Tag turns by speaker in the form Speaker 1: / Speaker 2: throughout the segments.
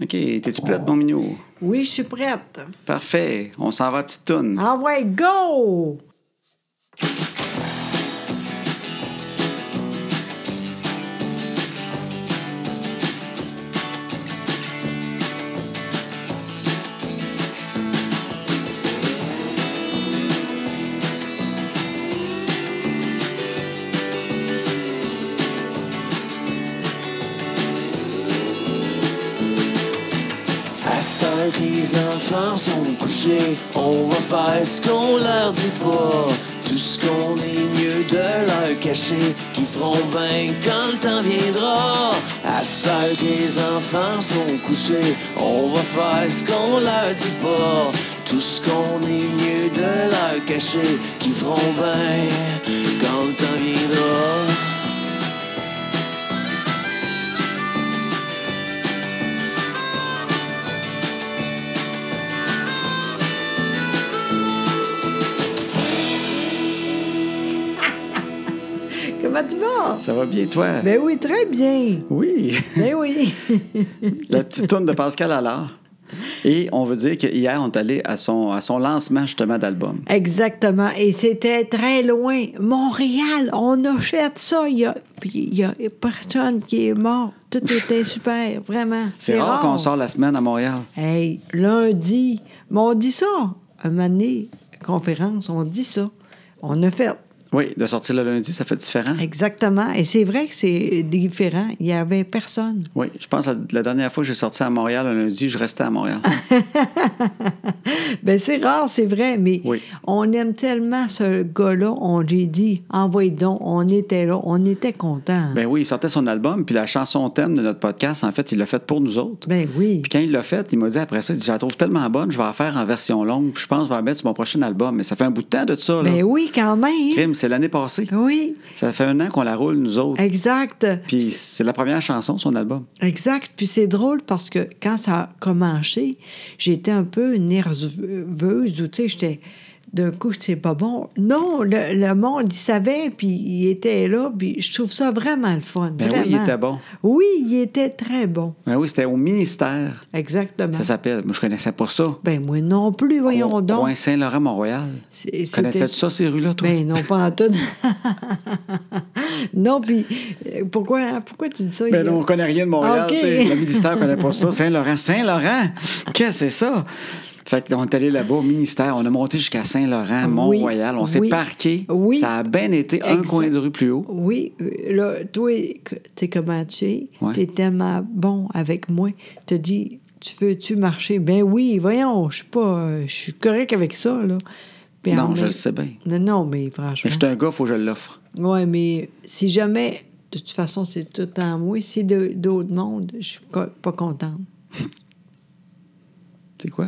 Speaker 1: OK. T'es-tu prête, mon minou?
Speaker 2: Oui, je suis prête.
Speaker 1: Parfait. On s'en va à petite toune.
Speaker 2: Ah ouais, go!
Speaker 3: À cette heure que les enfants sont couchés, on va faire ce qu'on leur dit pas. Tout ce qu'on est mieux de leur cacher, qui feront bien quand le temps viendra. À cette heure que les enfants sont couchés, on va faire ce qu'on leur dit pas. Tout ce qu'on est mieux de leur cacher, qui feront bien quand le temps viendra.
Speaker 2: Comment tu vas?
Speaker 1: Ça va bien, toi?
Speaker 2: Ben oui, très bien.
Speaker 1: Oui.
Speaker 2: Ben oui.
Speaker 1: La petite toune de Pascal Allard. Et on veut dire qu'hier, on est allé à son, à son lancement, justement, d'album.
Speaker 2: Exactement. Et c'était très loin. Montréal, on a fait ça. Il y a, puis il y a personne qui est mort. Tout était super, vraiment.
Speaker 1: C'est rare, qu'on sort la semaine à Montréal.
Speaker 2: Hey, lundi. Mais on dit ça. Un moment donné, conférence, on dit ça. On a fait.
Speaker 1: Oui, de sortir le lundi, ça fait différent.
Speaker 2: Exactement. Et c'est vrai que c'est différent. Il n'y avait personne.
Speaker 1: Oui, je pense que la dernière fois que j'ai sorti à Montréal un lundi, je restais à Montréal.
Speaker 2: Ben c'est rare, c'est vrai, mais
Speaker 1: Oui.
Speaker 2: on aime tellement ce gars-là. On j'ai dit, envoyez donc, on était là, on était content. Ben,
Speaker 1: ben oui, il sortait son album, puis la chanson thème de notre podcast, en fait, il l'a faite pour nous autres.
Speaker 2: Ben oui.
Speaker 1: Puis quand il l'a faite, il m'a dit après ça, il dit, je la trouve tellement bonne, je vais la faire en version longue, puis je pense que je vais la mettre sur mon prochain album. Mais ça fait un bout de temps de ça, là.
Speaker 2: Ben oui, quand même.
Speaker 1: Crime, c'est l'année passée.
Speaker 2: Oui,
Speaker 1: Ça fait un an qu'on la roule, nous autres.
Speaker 2: exact.
Speaker 1: Puis c'est la première chanson de son album.
Speaker 2: Exact. Puis c'est drôle parce que quand ça a commencé, j'étais un peu nerveuse ou tu sais, j'étais d'un coup, c'est pas bon. Non, le, le monde, il savait, puis il était là, puis je trouve ça vraiment le fun.
Speaker 1: Ben oui, il
Speaker 2: vraiment.
Speaker 1: était bon.
Speaker 2: Oui, il était très bon.
Speaker 1: Ben oui, c'était au ministère.
Speaker 2: Exactement.
Speaker 1: Ça s'appelle. Moi, je connaissais pas ça.
Speaker 2: Ben moi non plus, voyons
Speaker 1: Coin-
Speaker 2: donc.
Speaker 1: Coin Saint-Laurent, Montréal.
Speaker 2: C'est- c'était-
Speaker 1: Connaissais-tu ça, ces rues-là, toi?
Speaker 2: Ben non, pas en tout. non, puis euh, pourquoi, hein, pourquoi tu dis ça?
Speaker 1: Ben
Speaker 2: il-
Speaker 1: non, on connaît rien de Montréal.
Speaker 2: Ah, Ok.
Speaker 1: tu sais. Le ministère ne connaît pas ça. Saint-Laurent. Saint-Laurent! Qu'est-ce que c'est ça? Fait qu'on est allé là-bas au ministère. On a monté jusqu'à Saint-Laurent, Mont-Royal. On s'est
Speaker 2: oui.
Speaker 1: parqué.
Speaker 2: Oui.
Speaker 1: Ça a bien été un
Speaker 2: Exact.
Speaker 1: coin de rue plus haut.
Speaker 2: Oui, euh, là, toi, que- t'es comment tu es?
Speaker 1: Ouais.
Speaker 2: T'es tellement bon avec moi. T'as dit, tu veux-tu marcher? Ben oui, voyons, je suis pas... euh, Je suis correct avec ça, là. Puis en
Speaker 1: Non, je
Speaker 2: même-
Speaker 1: le sais bien.
Speaker 2: Non, non, mais
Speaker 1: Mais
Speaker 2: franchement...
Speaker 1: je suis un gars, il faut que je l'offre.
Speaker 2: Oui, mais si jamais... De toute façon, c'est tout en moi. Si de- d'autres mondes, je suis co- pas contente.
Speaker 1: C'est quoi?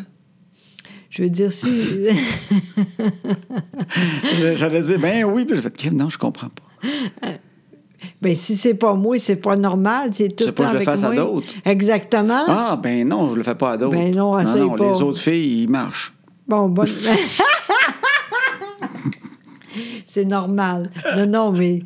Speaker 2: Je veux dire, si...
Speaker 1: J'allais dire, ben oui, puis j'ai fait, Crime, non, je comprends pas.
Speaker 2: Ben, si c'est pas moi, c'est pas normal. C'est tout
Speaker 1: C'est
Speaker 2: le
Speaker 1: pas
Speaker 2: temps
Speaker 1: que je le
Speaker 2: avec
Speaker 1: fasse à
Speaker 2: moi.
Speaker 1: d'autres.
Speaker 2: Exactement.
Speaker 1: Ah, ben non, je le fais pas à d'autres.
Speaker 2: Ben non, essaye
Speaker 1: non,
Speaker 2: pas.
Speaker 1: les autres filles, ils marchent.
Speaker 2: Bon, bonne. c'est normal. Non, non, mais.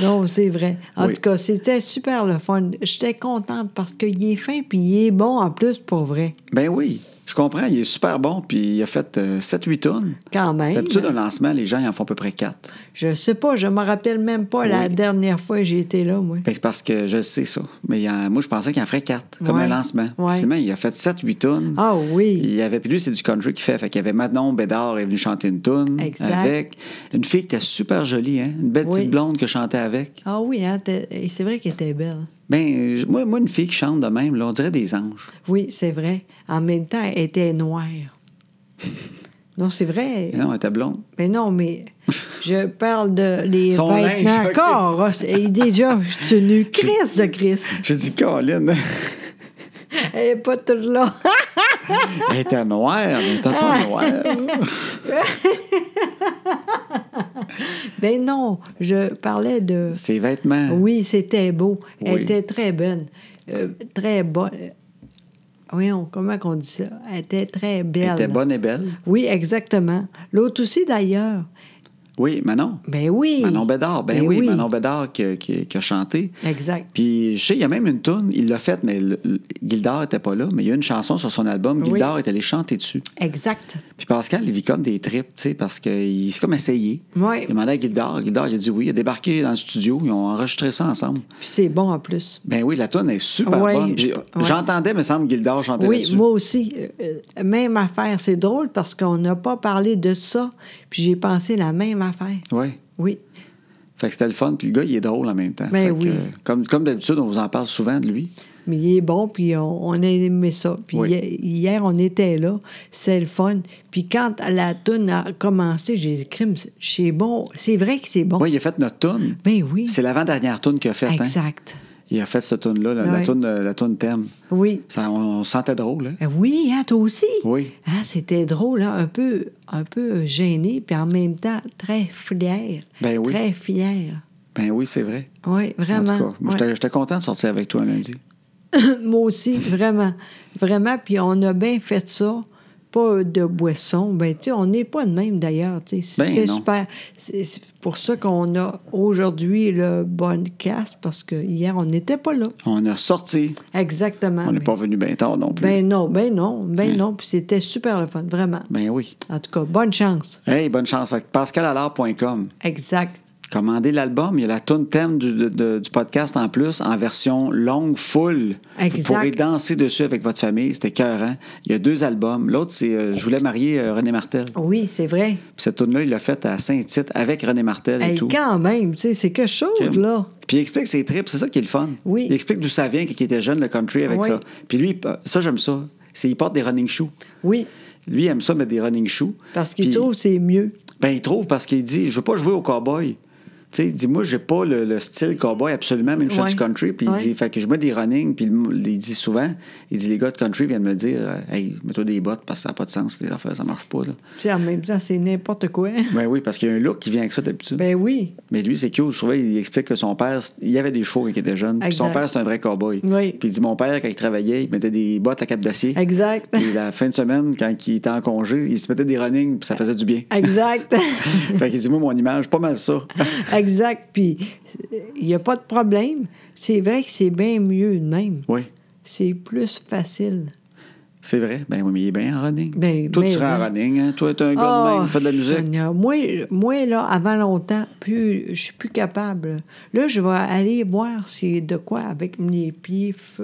Speaker 2: Non, c'est vrai. En
Speaker 1: Oui.
Speaker 2: tout cas, c'était super le fun. J'étais contente parce qu'il est fin puis il est bon en plus pour vrai.
Speaker 1: Ben oui, je comprends. Il est super bon, puis il a fait euh, 7-8 tonnes.
Speaker 2: Quand même.
Speaker 1: D'habitude, un lancement, les gens, ils en font à peu près 4.
Speaker 2: Je sais pas, je me rappelle même pas la
Speaker 1: Oui.
Speaker 2: dernière fois que j'ai été là, moi.
Speaker 1: Fait que Ben, c'est parce que je sais ça. Mais il en- moi, je pensais qu'il en ferait 4, comme
Speaker 2: Ouais.
Speaker 1: un lancement.
Speaker 2: Ouais.
Speaker 1: Finalement, il a fait 7-8 tonnes.
Speaker 2: Ah oui.
Speaker 1: Il y avait, puis lui, c'est du country qu'il fait. Fait qu'il y avait Manon Bédard est venue chanter une toune
Speaker 2: Exact.
Speaker 1: avec. Une fille qui était super jolie, hein? Une belle
Speaker 2: Oui.
Speaker 1: petite blonde que je chantais avec.
Speaker 2: Ah oui, hein, t'es- et c'est vrai qu'elle était belle.
Speaker 1: Ben, je- moi, moi, une fille qui chante de même, là, on dirait des anges.
Speaker 2: Oui, c'est vrai. En même temps, elle était noire. non, c'est vrai.
Speaker 1: Mais non, elle était blonde.
Speaker 2: Mais non, mais je parle de les
Speaker 1: Son
Speaker 2: vêtements
Speaker 1: linge, ok.
Speaker 2: encore. hein, Et déjà, je suis nue. Chris de Chris.
Speaker 1: J'ai dit, Colin,
Speaker 2: Elle est pas toute là.
Speaker 1: elle était noire, elle était
Speaker 2: Ah.
Speaker 1: pas noire.
Speaker 2: ben non, je parlais de...
Speaker 1: Ses vêtements.
Speaker 2: Oui, c'était beau. Elle
Speaker 1: Oui.
Speaker 2: était très bonne. Euh, très bonne. Voyons, comment qu'on dit ça? Elle était très belle.
Speaker 1: Elle était bonne et belle.
Speaker 2: Oui, exactement. L'autre aussi, d'ailleurs.
Speaker 1: Oui, Manon.
Speaker 2: Ben oui.
Speaker 1: Manon Bédard. Ben,
Speaker 2: Ben
Speaker 1: oui,
Speaker 2: oui.
Speaker 1: Manon Bédard qui, a- qui- qui a chanté.
Speaker 2: Exact.
Speaker 1: Puis, je sais, il y a même une toune, il l'a faite, mais le- le- Gildard n'était pas là, mais il y a une chanson sur son album,
Speaker 2: Oui.
Speaker 1: Gildard est allé chanter dessus.
Speaker 2: Exact.
Speaker 1: Puis Pascal, il vit comme des tripes, tu sais, parce qu'il s'est comme essayé. Il
Speaker 2: Ouais.
Speaker 1: a demandé à Gildard, Gildard, il a dit oui, il a débarqué dans le studio, ils ont enregistré ça ensemble.
Speaker 2: Puis c'est bon en plus.
Speaker 1: Ben oui, la toune est super
Speaker 2: Ouais,
Speaker 1: bonne.
Speaker 2: je-
Speaker 1: J'ai-
Speaker 2: ouais.
Speaker 1: J'entendais, me semble, Gildard chanter
Speaker 2: Oui,
Speaker 1: là-dessus.
Speaker 2: moi aussi. Euh, euh, même affaire. C'est drôle parce qu'on n'a pas parlé de ça, puis j'ai pensé la même affaire.
Speaker 1: Oui.
Speaker 2: Oui.
Speaker 1: Fait que c'était le fun. Puis le gars, il est drôle en même temps.
Speaker 2: Ben
Speaker 1: Fait que,
Speaker 2: oui.
Speaker 1: euh, comme comme d'habitude, on vous en parle souvent de lui.
Speaker 2: Mais il est bon, puis on, on a aimé ça. Puis
Speaker 1: Oui.
Speaker 2: hier, hier, on était là, c'est le fun. Puis quand la tune a commencé, j'ai dit, crime, c'est bon. C'est vrai que c'est bon.
Speaker 1: Oui, il a fait notre toune.
Speaker 2: Ben oui.
Speaker 1: C'est l'avant-dernière toune qu'il a faite. hein.
Speaker 2: Exact.
Speaker 1: Il a fait cette toune-là, la, la
Speaker 2: Ouais.
Speaker 1: toune, euh, la toune thème.
Speaker 2: Oui.
Speaker 1: Ça, on, on se sentait drôle, hein?
Speaker 2: Ben Oui, hein, toi aussi.
Speaker 1: Oui.
Speaker 2: Ah, c'était drôle, hein, un peu, un peu gêné, puis en même temps très fière.
Speaker 1: Ben oui.
Speaker 2: Très fière.
Speaker 1: Ben oui, c'est vrai.
Speaker 2: Oui, vraiment.
Speaker 1: En tout cas, moi,
Speaker 2: Ouais.
Speaker 1: j'étais- j'étais content de sortir avec toi un lundi.
Speaker 2: Moi aussi, vraiment. Vraiment, puis on a bien fait ça. Pas de boisson. Ben, tu sais, on n'est pas de même d'ailleurs. tu sais.
Speaker 1: Ben,
Speaker 2: C'était
Speaker 1: non.
Speaker 2: super. C'est c'est pour ça qu'on a aujourd'hui le podcast, parce que hier, on n'était pas là.
Speaker 1: On a sorti.
Speaker 2: Exactement.
Speaker 1: on n'est
Speaker 2: mais-
Speaker 1: pas Hein. venu bien tard non plus. Ben,
Speaker 2: Ah Ben non, ben non, ben non. Puis c'était super le fun, vraiment.
Speaker 1: Ben oui.
Speaker 2: En tout cas, bonne chance.
Speaker 1: Hey, bonne chance. Fait que pascalalard.com.
Speaker 2: Exact.
Speaker 1: Commandez l'album. Il y a la toune thème du, de- de- du podcast en plus, en version longue, full. Vous
Speaker 2: Exact.
Speaker 1: pourrez danser dessus avec votre famille. C'était écœurant. Il y a deux albums. L'autre, c'est euh, Je voulais marier euh, René Martel. Puis
Speaker 2: Oui, c'est vrai.
Speaker 1: cette toune-là, il l'a faite à Saint-Tite avec René Martel et
Speaker 2: Hey,
Speaker 1: tout.
Speaker 2: quand même, tu sais, c'est quelque chose,
Speaker 1: Kim.
Speaker 2: là.
Speaker 1: Puis il explique ses tripes, c'est ça qui est le fun.
Speaker 2: Oui.
Speaker 1: Il explique d'où ça vient quand il était jeune, le country avec
Speaker 2: Oui.
Speaker 1: ça. Puis lui, il- ça, j'aime ça. C'est il porte des running shoes.
Speaker 2: Oui,
Speaker 1: Lui, il aime ça mettre des running shoes.
Speaker 2: parce qu'il
Speaker 1: Puis-
Speaker 2: trouve c'est mieux.
Speaker 1: Ben, il trouve parce qu'il dit Je veux pas jouer au cowboy. Tu sais, il dit Moi, j'ai pas le, le style cowboy absolument, même si je fais
Speaker 2: Ouais.
Speaker 1: du country. Puis
Speaker 2: Ouais.
Speaker 1: il dit Fait que je mets des running. Puis il il dit souvent Il dit Les gars de country viennent me dire euh, Hey, mets-toi des bottes parce que ça n'a pas de sens, les affaires, ça marche pas. Là.
Speaker 2: Tu sais, en même temps, c'est n'importe quoi.
Speaker 1: Ben oui, parce qu'il y a un look qui vient avec ça d'habitude.
Speaker 2: Ben oui.
Speaker 1: Mais lui, c'est cute. Je trouvais, il explique que son père, il avait des chevaux quand il était jeune. Puis son
Speaker 2: Exact.
Speaker 1: père, c'est un vrai cowboy.
Speaker 2: Oui.
Speaker 1: Puis il dit, mon père, quand il travaillait, il mettait des bottes à cap d'acier.
Speaker 2: Exact.
Speaker 1: Puis la fin de semaine, quand il était en congé, il se mettait des running, puis ça faisait du bien.
Speaker 2: Exact.
Speaker 1: fait qu'il dit, moi, mon image, pas mal ça.
Speaker 2: exact. Puis, il n'y a pas de problème. C'est vrai que c'est bien mieux de même.
Speaker 1: oui,
Speaker 2: C'est plus facile.
Speaker 1: c'est vrai. Ben oui, mais il est bien en running.
Speaker 2: Ben,
Speaker 1: Toi, tu
Speaker 2: mais-
Speaker 1: seras en running. Hein? Toi, t'es un gars de même,
Speaker 2: Ah,
Speaker 1: fais de la musique.
Speaker 2: Seigneur. Moi, moi, là, avant longtemps, plus, je suis plus capable. Là, je vais aller voir si de quoi avec mes pieds. Faut,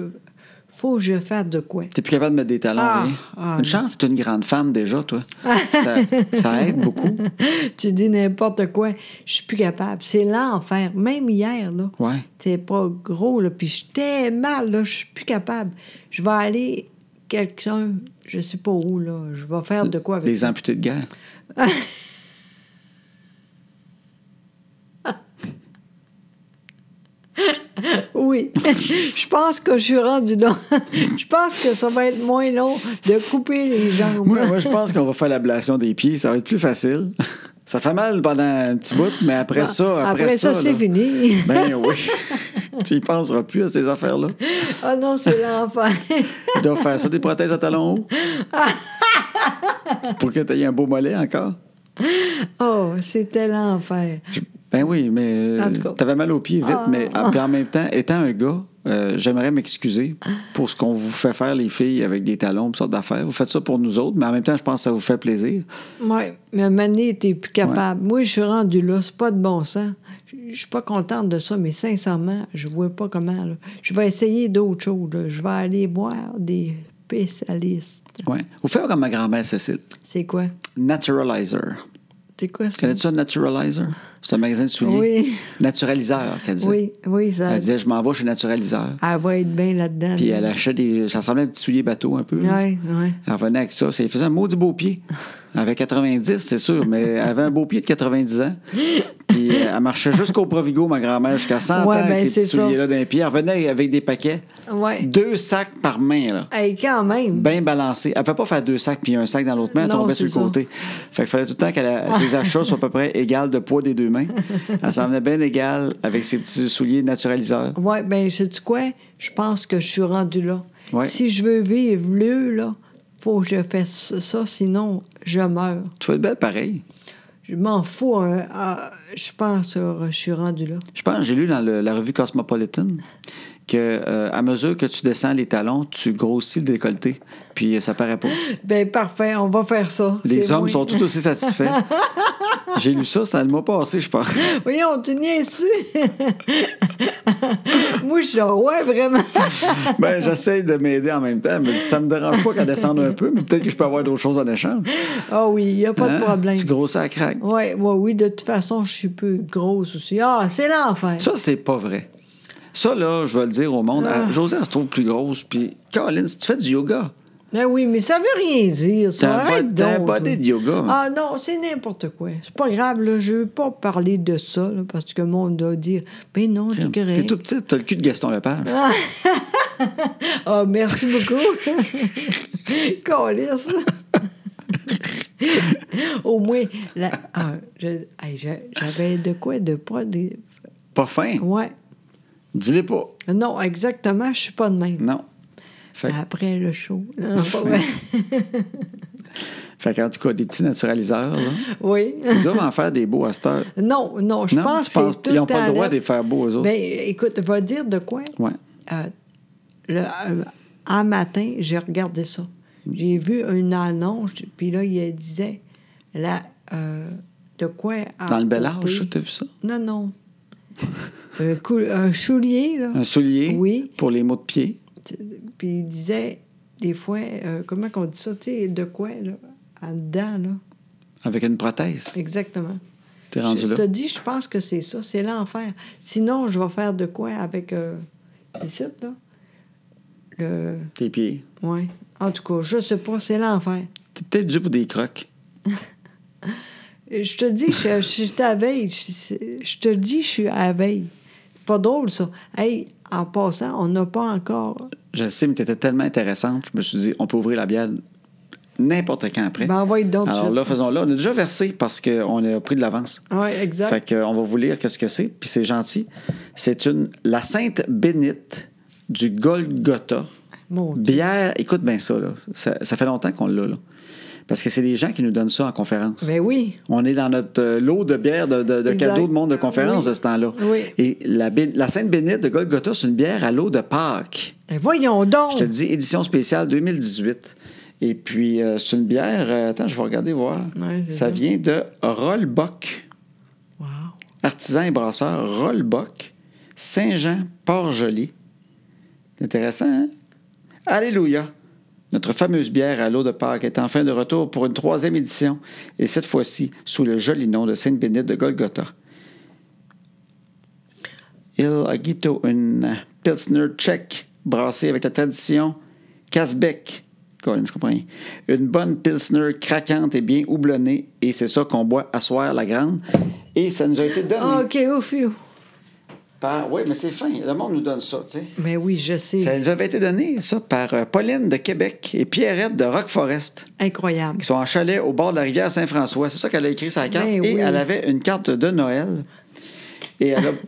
Speaker 2: faut que je fasse de quoi.
Speaker 1: T'es plus capable de mettre des talons,
Speaker 2: Ah,
Speaker 1: rien.
Speaker 2: ah,
Speaker 1: Une
Speaker 2: non.
Speaker 1: chance, t'es une grande femme déjà, toi. ça, ça aide beaucoup.
Speaker 2: tu dis n'importe quoi. Je suis plus capable. C'est l'enfer. Même hier, là.
Speaker 1: Ouais.
Speaker 2: C'est pas gros, là. Puis j'étais mal, là. Je suis plus capable. Je vais aller quelqu'un, je sais pas où, là. Je vais faire de quoi avec
Speaker 1: Les
Speaker 2: ça.
Speaker 1: amputés de guerre.
Speaker 2: Oui. je pense que je suis rendu là. je pense que ça va être moins long de couper les jambes.
Speaker 1: Moi, moi, je pense qu'on va faire l'ablation des pieds. Ça va être plus facile. Ça fait mal pendant un petit bout, mais après ça, après,
Speaker 2: Ah, Après ça, c'est
Speaker 1: là,
Speaker 2: fini.
Speaker 1: Ben oui. tu y penseras plus à ces affaires-là.
Speaker 2: Ah non, c'est l'enfer.
Speaker 1: Tu dois faire ça, des prothèses à talons hauts. pour que tu aies un beau mollet encore.
Speaker 2: oh, c'était l'enfer.
Speaker 1: Je- Ben oui, mais
Speaker 2: En tout cas.
Speaker 1: tu avais mal aux pieds vite,
Speaker 2: Ah.
Speaker 1: mais en, puis en même temps, étant un gars, euh, j'aimerais m'excuser pour ce qu'on vous fait faire, les filles, avec des talons, toutes sortes d'affaires. Vous faites ça pour nous autres, mais en même temps, je pense que ça vous fait plaisir.
Speaker 2: Oui, mais Mané était plus capable. Moi, je suis rendu là, c'est pas de bon sens. Je je suis pas contente de ça, mais sincèrement, je vois pas comment. là. Je vais essayer d'autres choses. là. Je vais aller voir des spécialistes.
Speaker 1: Ouais. Vous faites comme ma grand-mère Cécile,
Speaker 2: C'est quoi?
Speaker 1: naturalizer.
Speaker 2: C'est quoi ça?
Speaker 1: Connais-tu ça, Naturalizer? C'est un magasin de souliers.
Speaker 2: Oui.
Speaker 1: Naturaliseur, qu'elle disait.
Speaker 2: Oui, oui, ça.
Speaker 1: Elle disait, je m'en vais chez Naturaliseur.
Speaker 2: Elle va être bien là-dedans.
Speaker 1: Puis
Speaker 2: là.
Speaker 1: elle achetait des. Ça ressemblait à un petit soulier bateau un peu. là.
Speaker 2: Ouais, ouais.
Speaker 1: Elle revenait avec ça. Ça lui faisait un maudit beau pied. Elle avait 90, c'est sûr, mais elle avait un beau pied de 90 ans. Puis euh, elle marchait jusqu'au Provigo, ma grand-mère, jusqu'à 100 ans
Speaker 2: Ouais,
Speaker 1: avec
Speaker 2: ben,
Speaker 1: ces
Speaker 2: c'est
Speaker 1: petits
Speaker 2: ça.
Speaker 1: souliers-là d'un pied. Elle revenait avec des paquets.
Speaker 2: Ouais.
Speaker 1: Deux sacs par main, là.
Speaker 2: Hey, quand même.
Speaker 1: Bien balancés. Elle ne peut pas faire deux sacs puis un sac dans l'autre main, elle
Speaker 2: Non,
Speaker 1: tombait sur le
Speaker 2: c'est ça.
Speaker 1: côté. Fait qu'il fallait tout le temps que ses achats soient à peu près égales de poids des deux mains. Elle s'en venait bien égale avec ses petits souliers naturaliseurs.
Speaker 2: Oui, bien, ben, sais-tu quoi? Je pense que je suis rendu là.
Speaker 1: Ouais.
Speaker 2: Si je veux vivre le, là, faut que je fasse ça, sinon je meurs.
Speaker 1: Tu fais de belle pareil.
Speaker 2: Je m'en fous. hein, ah, je pense que je suis rendu là.
Speaker 1: Je pense, j'ai lu dans le- la revue Cosmopolitan que euh, à mesure que tu descends les talons, tu grossis le décolleté, puis euh, ça paraît pas.
Speaker 2: Ben parfait, on va faire ça.
Speaker 1: Les
Speaker 2: C'est
Speaker 1: hommes
Speaker 2: moins-
Speaker 1: sont tout aussi satisfaits. j'ai lu ça, ça le m'a passé, je pense.
Speaker 2: Voyons, tu niaises Moi, je suis genre, ouais, vraiment.
Speaker 1: Ben, j'essaie de m'aider en même temps, mais ça me dérange pas qu'elle descende un peu, mais peut-être que je peux avoir d'autres choses en échange.
Speaker 2: Ah oui, il n'y a pas
Speaker 1: Hein?
Speaker 2: de problème.
Speaker 1: Tu grossis à craque.
Speaker 2: Oui, oui, oui, de toute façon, je suis peu grosse aussi. Ah, c'est l'enfer.
Speaker 1: Ça, c'est pas vrai. Ça, là, je vais le dire au monde.
Speaker 2: Ah.
Speaker 1: Josée, elle se trouve plus grosse. Puis, Caroline, si tu fais du yoga,
Speaker 2: Ben oui, mais ça veut rien dire.
Speaker 1: T'as
Speaker 2: Ça
Speaker 1: un
Speaker 2: arrête
Speaker 1: bod- t'as un
Speaker 2: donc,
Speaker 1: body
Speaker 2: toi.
Speaker 1: de yoga, hein? mais-
Speaker 2: Ah non, c'est n'importe quoi. C'est pas grave, là. Je veux pas parler de ça, là, parce que le monde doit dire, ben non, t'es
Speaker 1: t'es
Speaker 2: correct.
Speaker 1: tout petite, t'as le cul de Gaston Lepage.
Speaker 2: Ah, merci beaucoup. Calisse. Au moins, la- ah, je- hey, j'a- j'avais de quoi de pas des.
Speaker 1: Pas fin.
Speaker 2: Ouais.
Speaker 1: Dis-le pas.
Speaker 2: Non, exactement, je suis pas de même.
Speaker 1: Non. Fait, que-
Speaker 2: Après le show. Non, pas vrai.
Speaker 1: fait qu'en tout cas, des petits naturaliseurs, là,
Speaker 2: oui.
Speaker 1: ils doivent en faire des beaux à cette heure.
Speaker 2: Non, non, je
Speaker 1: Non,
Speaker 2: pense
Speaker 1: tu
Speaker 2: que
Speaker 1: penses-
Speaker 2: c'est
Speaker 1: ils
Speaker 2: tout
Speaker 1: n'ont pas le
Speaker 2: à
Speaker 1: droit
Speaker 2: la-
Speaker 1: de les faire beaux aux autres.
Speaker 2: Ben, écoute, va dire de quoi.
Speaker 1: Ouais.
Speaker 2: Euh, le, euh, un matin, j'ai regardé ça. J'ai vu une annonce, puis là, il disait la, euh, de quoi. à
Speaker 1: Dans le bel
Speaker 2: couper.
Speaker 1: âge, t'as vu ça?
Speaker 2: Non, non. un, cou- un choulier, là.
Speaker 1: Un soulier
Speaker 2: Oui.
Speaker 1: pour les mots de pied.
Speaker 2: Puis il disait, des fois, euh, comment qu'on dit ça, tu sais, de quoi, là, en dedans, là.
Speaker 1: Avec une prothèse.
Speaker 2: Exactement.
Speaker 1: T'es rendu
Speaker 2: Je
Speaker 1: là.
Speaker 2: te dis, je pense que c'est ça, c'est l'enfer. Sinon, je vais faire de quoi avec. Euh, ici, là? Le.
Speaker 1: Tes pieds.
Speaker 2: Ouais. En tout cas, je sais pas, c'est l'enfer.
Speaker 1: T'es peut-être dû pour des crocs.
Speaker 2: Je te dis, je, je suis à veille. Je, je te dis, je suis à veille. C'est pas drôle, ça. Hey, en passant, on n'a pas encore.
Speaker 1: Je sais, mais t'étais tellement intéressante. Je me suis dit, on peut ouvrir la bière n'importe quand après.
Speaker 2: Ben, envoie donc.
Speaker 1: Alors là, faisons-le. On a déjà versé parce qu'on a pris de l'avance.
Speaker 2: Oui, exact.
Speaker 1: Fait qu'on va vous lire qu'est-ce que c'est, puis c'est gentil. C'est une La Sainte Bénite du Golgotha.
Speaker 2: Mon Dieu.
Speaker 1: Bière, écoute bien ça, là. Ça, ça fait longtemps qu'on l'a, là. Parce que c'est les gens qui nous donnent ça en conférence.
Speaker 2: Ben oui.
Speaker 1: On est dans notre euh, lot de bières, de, de- de
Speaker 2: Exact.
Speaker 1: cadeaux de monde de conférence
Speaker 2: Oui.
Speaker 1: de ce temps-là.
Speaker 2: Oui.
Speaker 1: Et la, Bé- la Sainte Bénite de Golgotha, c'est une bière à l'eau de Pâques.
Speaker 2: Ben voyons donc.
Speaker 1: Je te dis, édition spéciale 2018. Et puis, euh, c'est une bière. euh, attends, je vais regarder voir.
Speaker 2: Ouais, c'est
Speaker 1: ça
Speaker 2: ça.
Speaker 1: vient de Rollbock,
Speaker 2: Wow.
Speaker 1: artisan et brasseur Rollbock, Saint-Jean-Port-Joli. C'est intéressant, hein? Alléluia! Notre fameuse bière à l'eau de Pâques est enfin de retour pour une troisième édition, et cette fois-ci sous le joli nom de Sainte-Bénite de Golgotha. Il Agito, une Pilsner tchèque brassée avec la tradition Kazbek. Colin, Je comprends rien. Une bonne Pilsner craquante et bien houblonnée, et c'est ça qu'on boit à soir, la grande. Et ça nous a été donné
Speaker 2: Ah, OK, au fio.
Speaker 1: par. Oui, mais c'est fin. Le monde nous donne ça, tu sais.
Speaker 2: Ben oui, je sais.
Speaker 1: Ça nous avait été donné, ça, par euh, Pauline de Québec et Pierrette de Rock Forest,
Speaker 2: Incroyable.
Speaker 1: qui sont en chalet au bord de la rivière Saint-François. C'est ça qu'elle a écrit sa carte.
Speaker 2: Ben
Speaker 1: et
Speaker 2: oui.
Speaker 1: elle avait une carte de Noël. Et elle a...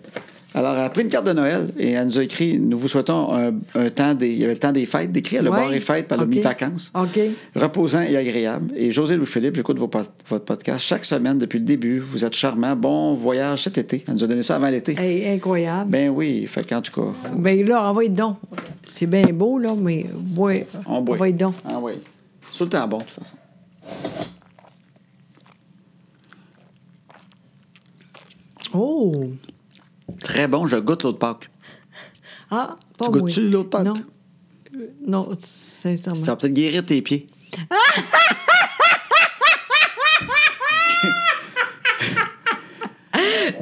Speaker 1: Alors, elle a pris une carte de Noël et elle nous a écrit Nous vous souhaitons un, un temps des. Il y avait le temps des fêtes d'écrire, le
Speaker 2: Ouais.
Speaker 1: bord des fêtes par le
Speaker 2: OK.
Speaker 1: mi-vacances.
Speaker 2: OK.
Speaker 1: Reposant et agréable. Et José Louis-Philippe, j'écoute vos pod- votre podcast chaque semaine depuis le début. Vous êtes charmant. Bon voyage cet été. Elle nous a donné ça avant l'été.
Speaker 2: Hey, incroyable.
Speaker 1: Ben oui, fait qu'en tout cas.
Speaker 2: Ben, là, envoie donc. C'est bien beau, là, mais ouais,
Speaker 1: On boit.
Speaker 2: envoie donc.
Speaker 1: Ah oui. Sur le temps bon, de toute façon.
Speaker 2: Oh!
Speaker 1: Très bon, je goûte l'autre Pâques.
Speaker 2: Ah, pas
Speaker 1: Tu
Speaker 2: moi.
Speaker 1: goûtes-tu l'autre pâte?
Speaker 2: Non. Euh, Non, sincèrement.
Speaker 1: Ça va peut-être guérir tes pieds.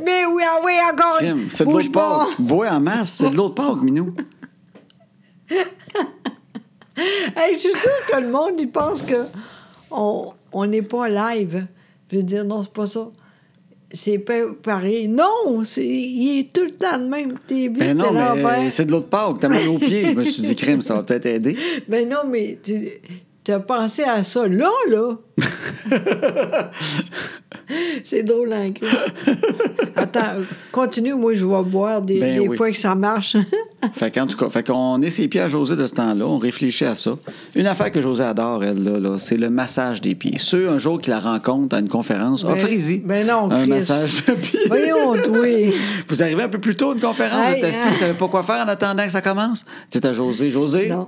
Speaker 2: Mais oui, ah oui, encore!
Speaker 1: Crime, c'est de
Speaker 2: Bouge
Speaker 1: l'autre
Speaker 2: pas.
Speaker 1: Pâques. Bois en masse, c'est de l'autre Pâques, Minou.
Speaker 2: Hey, je suis sûre que le monde, il pense que on on n'est pas live. Je veux dire, non, c'est pas ça. C'est pas pareil. Non! c'est- il est tout le temps le même. T'es vite,
Speaker 1: Ben non,
Speaker 2: t'es
Speaker 1: mais euh,
Speaker 2: l'envers.
Speaker 1: c'est de l'autre Pâques. T'as mal aux pieds. Je me suis dit, crime, ça va peut-être aider.
Speaker 2: Ben non, mais tu as pensé à ça là, là. C'est drôle, hein, Chris. Attends, continue. Moi, je vais boire des,
Speaker 1: Ben
Speaker 2: des
Speaker 1: oui.
Speaker 2: fois que ça marche.
Speaker 1: Fait qu'en tout cas, fait qu'on est ses pieds à José de ce temps-là, on réfléchit à ça. Une affaire que José adore, elle, là, là, c'est le massage des pieds. Ceux, un jour, qui la rencontrent à une conférence,
Speaker 2: Ben-
Speaker 1: offrez-y
Speaker 2: ben non,
Speaker 1: un
Speaker 2: Chris.
Speaker 1: massage de pieds.
Speaker 2: Voyons, oui.
Speaker 1: Vous arrivez un peu plus tôt à une conférence,
Speaker 2: Hey,
Speaker 1: vous êtes assis,
Speaker 2: hein.
Speaker 1: vous savez pas quoi faire en attendant que ça commence. Dites à José, José,
Speaker 2: Non.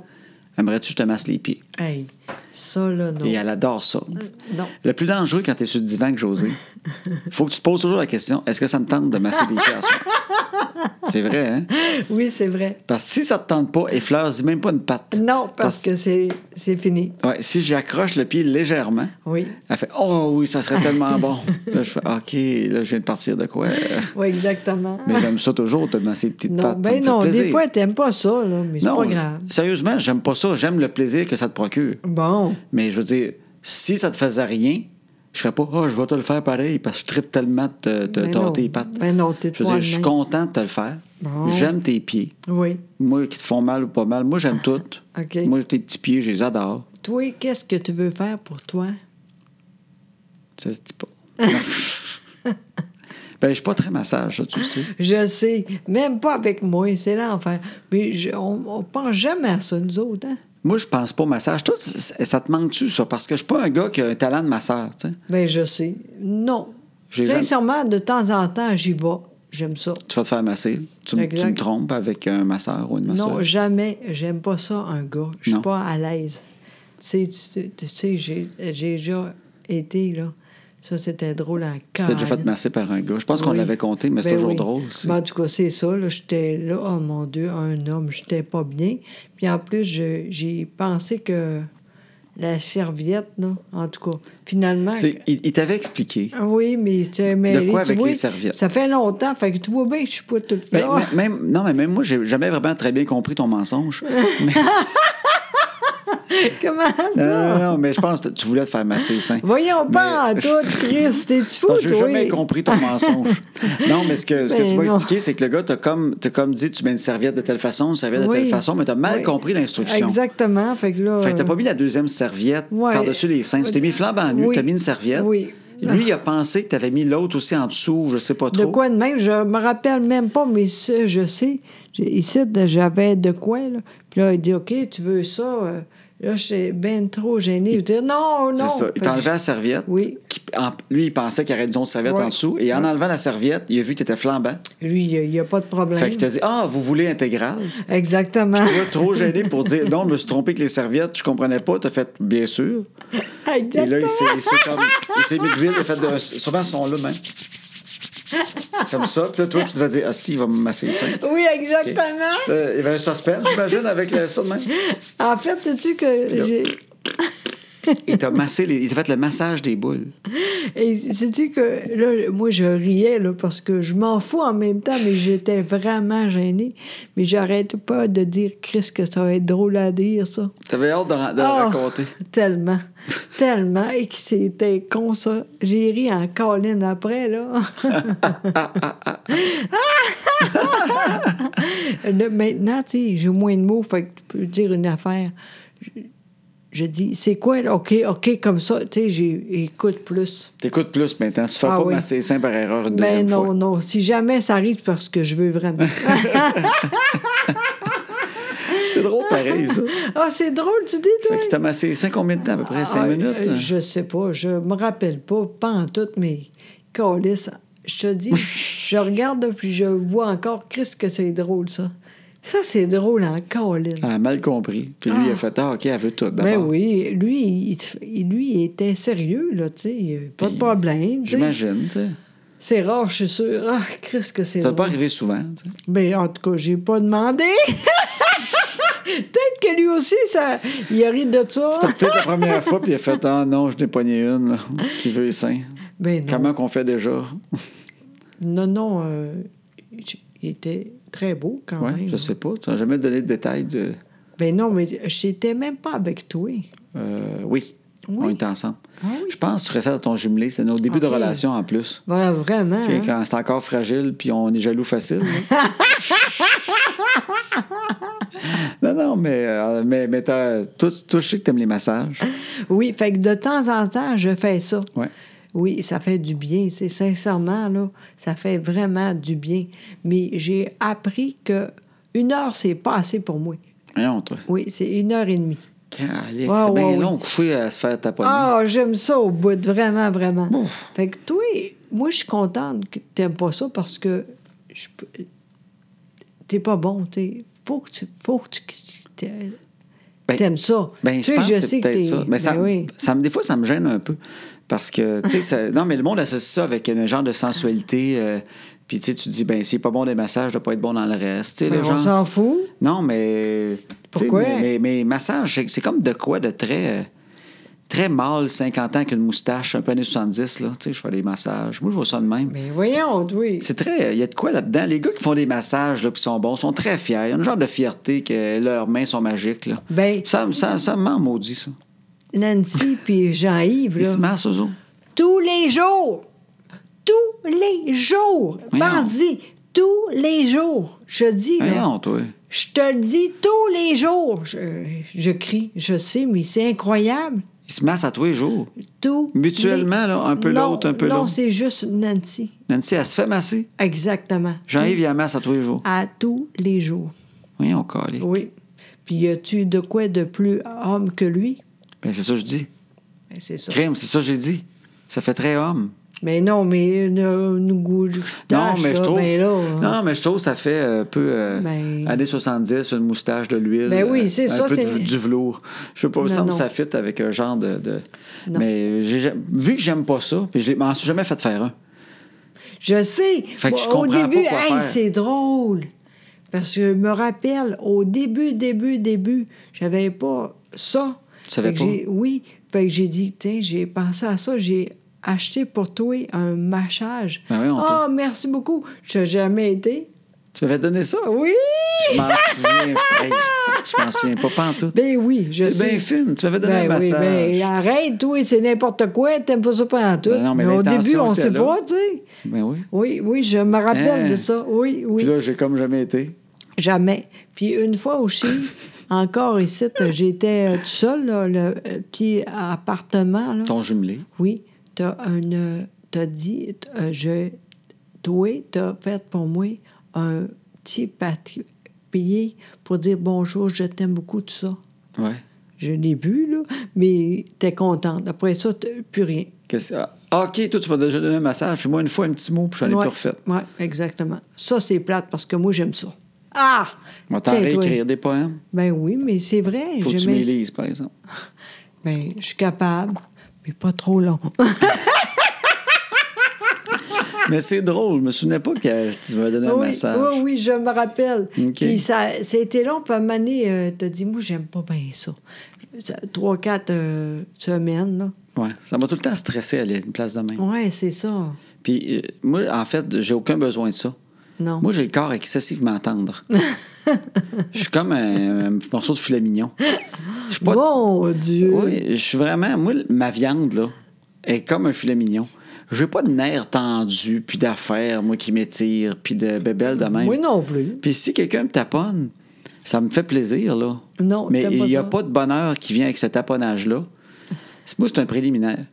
Speaker 1: aimerais-tu que je te masse les pieds?
Speaker 2: Hey, ça, là, non. Mm.
Speaker 1: Et elle adore ça.
Speaker 2: Non.
Speaker 1: Le plus dangereux quand tu es sur le divan que José, faut que tu te poses toujours la question, est-ce que ça me tente de masser des pieds à soir? C'est vrai, hein?
Speaker 2: Oui, c'est vrai.
Speaker 1: Parce que si ça te tente pas, effleure-y même pas une patte.
Speaker 2: Non, parce, que c'est c'est fini.
Speaker 1: Ouais, si j'accroche le pied légèrement,
Speaker 2: Oui.
Speaker 1: elle fait Oh oui, ça serait tellement bon. Là, je fais OK, là, je viens de partir de quoi? Euh,
Speaker 2: Oui, exactement.
Speaker 1: Mais j'aime ça toujours, te masser les petites
Speaker 2: non,
Speaker 1: pattes. ça me
Speaker 2: ben
Speaker 1: fait
Speaker 2: non, des
Speaker 1: plaisir.
Speaker 2: fois, t'aimes pas ça, là, mais c'est
Speaker 1: Non,
Speaker 2: pas grave.
Speaker 1: sérieusement, j'aime pas ça. J'aime le plaisir que ça te procure.
Speaker 2: Bon.
Speaker 1: Mais je veux dire, si ça te faisait rien, je serais pas, oh, je vais te le faire pareil parce que je tripe tellement de te, te
Speaker 2: Ben non.
Speaker 1: tâter les pattes.
Speaker 2: Ben non, t'es
Speaker 1: Je veux dire, je suis
Speaker 2: toi-même.
Speaker 1: content de te le faire.
Speaker 2: Bon.
Speaker 1: J'aime tes pieds.
Speaker 2: Oui.
Speaker 1: Moi, qui te font mal ou pas mal, moi, j'aime tout.
Speaker 2: OK.
Speaker 1: Moi, tes petits pieds, je les adore.
Speaker 2: Toi, qu'est-ce que tu veux faire pour toi?
Speaker 1: Ça se dit pas. ben, je suis pas très massage, ça, tu le sais.
Speaker 2: Je sais, même pas avec moi, c'est l'enfer. Mais je- on, on pense jamais à ça, nous autres. Hein?
Speaker 1: Moi, je pense pas au massage. Toi, ça ça te manque-tu, ça? Parce que je suis pas un gars qui a un talent de masseur, tu sais.
Speaker 2: Ben, je sais. Non.
Speaker 1: J'ai jamais-
Speaker 2: Sincèrement, de temps en temps, j'y vais. J'aime ça.
Speaker 1: Tu vas te faire masser. Tu, me- tu
Speaker 2: Exact.
Speaker 1: me trompes avec un masseur ou une masseuse.
Speaker 2: Non, jamais. J'aime pas ça, un gars. Je suis
Speaker 1: Ah, Non.
Speaker 2: pas à l'aise. Tu sais, tu- tu sais, j'ai j'ai déjà été, là. Ça, c'était drôle en
Speaker 1: Tu t'es déjà fait masser par un gars. Je pense qu'on
Speaker 2: Oui.
Speaker 1: l'avait compté, mais c'est
Speaker 2: Ben
Speaker 1: toujours
Speaker 2: oui.
Speaker 1: drôle. aussi.
Speaker 2: Ben, en tout cas, c'est ça. là. J'étais là, oh mon Dieu, un homme, j'étais pas bien. Puis en plus, je- j'ai pensé que la serviette, là, en tout cas, finalement.
Speaker 1: C'est- il il t'avait expliqué.
Speaker 2: Ah Oui, mais tu mais
Speaker 1: De quoi
Speaker 2: tu
Speaker 1: avec
Speaker 2: vois,
Speaker 1: les serviettes?
Speaker 2: Ça fait longtemps, fait que tu vois bien que je suis pas tout le
Speaker 1: Ben,
Speaker 2: temps.
Speaker 1: mais- même, non, mais même moi, j'ai jamais vraiment très bien compris ton mensonge. Non,
Speaker 2: Comment
Speaker 1: non,
Speaker 2: ça?
Speaker 1: Euh, non, non, mais je pense que tu voulais te faire masser les seins.
Speaker 2: Voyons pas en tout, Chris, t'es-tu fou,
Speaker 1: Non,
Speaker 2: toi?
Speaker 1: J'ai jamais compris ton mensonge. Non, mais ce que, ce que
Speaker 2: Ben
Speaker 1: tu m'as
Speaker 2: non.
Speaker 1: expliqué, c'est que le gars t'a comme, t'a comme dit tu mets une serviette de telle façon, une serviette de
Speaker 2: Oui.
Speaker 1: telle façon, mais t'as mal
Speaker 2: Oui.
Speaker 1: compris l'instruction.
Speaker 2: Exactement, fait que là...
Speaker 1: Fait que t'as pas mis la deuxième serviette
Speaker 2: Ouais.
Speaker 1: par-dessus les seins. Tu t'es mis flambant nu,
Speaker 2: Oui.
Speaker 1: t'as mis une serviette.
Speaker 2: Oui.
Speaker 1: Lui, il a pensé que t'avais mis l'autre aussi en dessous, je sais pas
Speaker 2: De
Speaker 1: trop.
Speaker 2: quoi de même, je me rappelle même pas, mais ça, je sais. J'ai- Ici, de- j'avais de quoi, là. Puis là, il dit, OK, tu veux ça? euh, Là, je suis bien trop gênée. Je dis, non, non.
Speaker 1: C'est ça.
Speaker 2: Fait
Speaker 1: Il
Speaker 2: que
Speaker 1: t'a enlevé la serviette.
Speaker 2: Oui.
Speaker 1: qui- en- lui, il pensait qu'il y aurait une autre serviette
Speaker 2: Ouais.
Speaker 1: en dessous. Et en enlevant la serviette, il a vu que tu étais flambant.
Speaker 2: je- Lui, il n'y a, pas de problème.
Speaker 1: Fait qu'il t'a dit Ah, vous voulez intégrale
Speaker 2: Exactement.
Speaker 1: Moi, trop gêné pour dire Non, je me suis trompé avec les serviettes, je comprenais pas. T'as fait Bien sûr. Et là,
Speaker 2: Exactement.
Speaker 1: il s'est il s'est comme. Il s'est mis de vide. Il a fait de- Souvent, ils sont là, même. Comme ça. Puis là, toi, tu devais dire Ah, si, il va me masser les seins.
Speaker 2: Oui, exactement.
Speaker 1: Là, il y avait un suspense, j'imagine, avec le- ça de même.
Speaker 2: En fait, sais-tu
Speaker 1: là.
Speaker 2: que j'ai...
Speaker 1: Il t'a massé, les- il t'a fait le massage des boules.
Speaker 2: Et sais-tu que là, moi, je riais là, parce que je m'en fous en même temps, mais j'étais vraiment gênée. Mais j'arrête pas de dire, Chris, que ça va être drôle à dire, ça.
Speaker 1: T'avais hâte de, de
Speaker 2: Ah,
Speaker 1: raconter.
Speaker 2: Tellement, tellement. Et que c'était con, ça. J'ai ri en colline après, là. Là, maintenant, tu sais, j'ai moins de mots, fait que tu peux dire une affaire. Je, je dis, c'est quoi, là? OK, OK, comme ça. Tu sais, j'ai- écoute plus.
Speaker 1: T'écoutes plus maintenant. Tu fais
Speaker 2: Ah
Speaker 1: pas
Speaker 2: oui.
Speaker 1: masser les seins par erreur une
Speaker 2: Mais
Speaker 1: deuxième
Speaker 2: non,
Speaker 1: fois.
Speaker 2: non. Si jamais ça arrive, c'est parce que je veux vraiment.
Speaker 1: C'est drôle, pareil, ça.
Speaker 2: ah, c'est drôle, tu dis, toi?
Speaker 1: Fait qu'il t'a massé les seins combien de temps? À peu près
Speaker 2: Ah,
Speaker 1: 5 minutes? hein?
Speaker 2: euh, je sais pas. Je me rappelle pas, pas en tout, mais câlisse, je te dis, je regarde puis je vois encore, Christ, que c'est drôle, ça. Ça, c'est drôle hein, en câlisse.
Speaker 1: Elle a mal compris. Puis lui, il a
Speaker 2: Ah.
Speaker 1: fait Ah, OK, elle veut tout.
Speaker 2: Ben
Speaker 1: Ah, d'abord.
Speaker 2: oui, lui, il, il- lui, il était sérieux, là, tu sais, pas de problème. tu sais.
Speaker 1: J'imagine, tu sais.
Speaker 2: C'est rare, je suis sûre. Ah, Christ, que c'est
Speaker 1: Ça
Speaker 2: drôle.
Speaker 1: peut pas arriver souvent, tu sais.
Speaker 2: Ben, en tout cas, j'ai pas demandé. Peut-être que lui aussi, ça, il a ri de ça.
Speaker 1: C'était peut-être la première fois, puis il a fait Ah, non, je n'ai pogné une, là, qui veut les seins.
Speaker 2: Ben non,
Speaker 1: Comment qu'on fait déjà?
Speaker 2: non, non euh, j- il était très beau quand
Speaker 1: Ouais,
Speaker 2: même.
Speaker 1: je sais pas. Tu n'as jamais donné de détails de.
Speaker 2: Ben non, mais j'étais même pas avec toi.
Speaker 1: Euh, oui.
Speaker 2: Oui.
Speaker 1: On était ensemble.
Speaker 2: Ah oui.
Speaker 1: Je pense que tu restais dans ton jumelé. C'est nos débuts de
Speaker 2: Ok.
Speaker 1: relation en plus.
Speaker 2: Ouais, vraiment.
Speaker 1: Tu sais,
Speaker 2: hein.
Speaker 1: Quand c'est encore fragile, puis on est jaloux facile. hein? là. non, non, mais, euh, mais, mais t'as- toi, toi, je sais que t'aimes les massages.
Speaker 2: Oui, fait que de temps en temps, je fais ça.
Speaker 1: Ouais.
Speaker 2: Oui, ça fait du bien. C'est sincèrement, là, ça fait vraiment du bien. Mais j'ai appris que une heure, c'est pas assez pour moi.
Speaker 1: Voyons, toi.
Speaker 2: Oui, c'est une heure et demie.
Speaker 1: Calique,
Speaker 2: Ouais,
Speaker 1: c'est bien
Speaker 2: ouais,
Speaker 1: long couché à se faire taponner.
Speaker 2: Ah, j'aime ça au bout, vraiment, vraiment.
Speaker 1: Ouf.
Speaker 2: Fait que toi, moi, je suis contente que t'aimes pas ça parce que je peux- t'es pas bon, t'es... Faut que tu... Faut que tu... t'aimes
Speaker 1: Ben,
Speaker 2: ça.
Speaker 1: Ben,
Speaker 2: Tu
Speaker 1: je
Speaker 2: sais,
Speaker 1: pense que c'est
Speaker 2: sais
Speaker 1: peut-être
Speaker 2: t'es-
Speaker 1: ça. Mais ça,
Speaker 2: ben oui.
Speaker 1: ça me- des fois, ça me gêne un peu. Parce que, tu sais, ça- non, mais le monde associe ça avec un genre de sensualité. euh, puis, tu sais, tu te dis, ben, s'il n'est pas bon des massages, il doit pas être bon dans le reste. Tu sais,
Speaker 2: Ben,
Speaker 1: le
Speaker 2: on
Speaker 1: genre.
Speaker 2: s'en fout.
Speaker 1: Non, mais. tu sais,
Speaker 2: Pourquoi?
Speaker 1: Mais, mais, mais massage, c'est- c'est comme de quoi de très. euh, Très mâle, 50 ans, qu'une moustache, un peu années 70, là. Tu sais, je fais des massages. Moi, je vois ça de même.
Speaker 2: Mais Ben, voyons, oui.
Speaker 1: C'est très. Il y a de quoi là-dedans. Les gars qui font des massages, là, puis sont bons, sont très fiers. Il y a une genre de fierté que leurs mains sont magiques, là.
Speaker 2: Ben,
Speaker 1: Ça, me- ça, ça me ment maudit, ça.
Speaker 2: Nancy puis Jean-Yves,
Speaker 1: Ils se
Speaker 2: là,
Speaker 1: massent, eux autres.
Speaker 2: tous les jours, tous les jours,
Speaker 1: Voyons.
Speaker 2: pense-y, tous les jours, je dis, là,
Speaker 1: Voyons, toi.
Speaker 2: je te le dis tous les jours, je, je crie, je sais, mais c'est incroyable,
Speaker 1: Ils se massent à tous les jours.
Speaker 2: tout.
Speaker 1: Mutuellement, là, un peu l'autre, un peu
Speaker 2: Non,
Speaker 1: l'autre.
Speaker 2: c'est juste Nancy,
Speaker 1: Nancy, elle se fait masser.
Speaker 2: exactement.
Speaker 1: Jean-Yves, il la masse à tous les jours.
Speaker 2: À tous les jours,
Speaker 1: Voyons, calé.
Speaker 2: oui. Puis y a-tu de quoi de plus homme que lui?
Speaker 1: Ben, c'est ça que je dis.
Speaker 2: Ben, c'est ça.
Speaker 1: Crime, c'est ça que j'ai dit. Ça fait très homme.
Speaker 2: Mais non, mais euh, nous goûtons. ben
Speaker 1: Non, mais je trouve.
Speaker 2: là, hein.
Speaker 1: non, mais je trouve que ça fait un peu euh,
Speaker 2: Ben-
Speaker 1: années 70, une moustache de l'huile.
Speaker 2: Ben oui,
Speaker 1: euh,
Speaker 2: c'est
Speaker 1: un
Speaker 2: ça,
Speaker 1: peu de-
Speaker 2: c'est-
Speaker 1: du velours. Je sais pas, il me
Speaker 2: Non,
Speaker 1: semble que
Speaker 2: non.
Speaker 1: ça fit avec un genre de. de-
Speaker 2: Non.
Speaker 1: Mais j'ai ja- vu que j'aime pas ça, puis je l'ai- m'en suis jamais fait faire un.
Speaker 2: Je sais.
Speaker 1: Fait que je
Speaker 2: Au
Speaker 1: comprends pas
Speaker 2: début,
Speaker 1: quoi
Speaker 2: hey,
Speaker 1: faire.
Speaker 2: c'est drôle. Parce que je me rappelle, au début, début, début, j'avais pas ça.
Speaker 1: Tu savais
Speaker 2: Fait que
Speaker 1: pas?
Speaker 2: j'ai- Oui. Fait que j'ai dit, tiens, j'ai pensé à ça, j'ai acheté pour toi un mâchage.
Speaker 1: Ben voyons
Speaker 2: oh, merci beaucoup. Je n'ai jamais été.
Speaker 1: Tu m'avais donné ça?
Speaker 2: Oui!
Speaker 1: Je m'en souviens. Hey, je m'en souviens pas, pantoute.
Speaker 2: Ben oui, je
Speaker 1: T'es
Speaker 2: sais.
Speaker 1: bien fine. Tu m'avais donné
Speaker 2: Ben
Speaker 1: un
Speaker 2: oui,
Speaker 1: massage.
Speaker 2: ben arrête, toi, c'est n'importe quoi, t'aimes pas ça pendant tout.
Speaker 1: Ben non, mais
Speaker 2: au
Speaker 1: l'intention
Speaker 2: début, on
Speaker 1: était
Speaker 2: sait
Speaker 1: là.
Speaker 2: pas, tu sais.
Speaker 1: Ben oui.
Speaker 2: Oui, oui, je me rappelle
Speaker 1: Hein?
Speaker 2: de ça. Oui, oui.
Speaker 1: Puis là, j'ai comme jamais été.
Speaker 2: Jamais. Puis une fois aussi, encore ici, t- j'étais euh, toute seule, là, le euh, petit appartement. Là.
Speaker 1: Ton jumelé.
Speaker 2: Oui, t'as un, euh, t'as dit, t- euh, je, toi, t'as fait pour moi un petit papier pour dire bonjour, je t'aime beaucoup, tout ça.
Speaker 1: Ouais.
Speaker 2: Je l'ai vu, là, mais t'es contente. Après ça, t'as plus rien.
Speaker 1: Qu'est-ce- Ah, OK, toi, tu m'as déjà donné un massage, puis moi, une fois, un petit mot, puis j'en ai
Speaker 2: Ouais,
Speaker 1: plus refait.
Speaker 2: ouais, exactement. Ça, c'est plate parce que moi, j'aime ça. Ah!
Speaker 1: On va t'en
Speaker 2: Tiens, toi.
Speaker 1: réécrire des poèmes.
Speaker 2: Ben oui, mais c'est vrai.
Speaker 1: Faut que tu
Speaker 2: j'aimais-
Speaker 1: m'y lises, par exemple.
Speaker 2: Ben, je suis capable, mais pas trop long.
Speaker 1: Mais c'est drôle, je me souvenais pas que tu m'avais donné un
Speaker 2: Ah! oui,
Speaker 1: massage.
Speaker 2: oui, oui, je me rappelle.
Speaker 1: OK.
Speaker 2: Puis ça, ça a été long, puis à un moment donné, euh, t'as dit, moi, j'aime pas bien ça. Ça- Trois, quatre euh, semaines, là.
Speaker 1: Ouais, ça m'a tout le temps stressé aller à une place de même.
Speaker 2: Ouais, c'est ça.
Speaker 1: Puis euh, moi, en fait, j'ai aucun besoin de ça.
Speaker 2: Non.
Speaker 1: Moi, j'ai le corps excessivement tendre. Je suis comme un, un morceau de filet mignon. Je suis pas
Speaker 2: Mon Dieu!
Speaker 1: Oui, je suis vraiment. Moi, ma viande, là, est comme un filet mignon. J'ai pas de nerfs tendus, puis d'affaires, moi, qui m'étire, puis de bébelles de même.
Speaker 2: Moi non plus.
Speaker 1: Puis si quelqu'un me taponne, ça me fait plaisir, là.
Speaker 2: Non,
Speaker 1: Mais
Speaker 2: t'aimes
Speaker 1: il
Speaker 2: pas
Speaker 1: n'y a
Speaker 2: ça.
Speaker 1: pas de bonheur qui vient avec ce taponnage-là. C'est- Moi, c'est un préliminaire.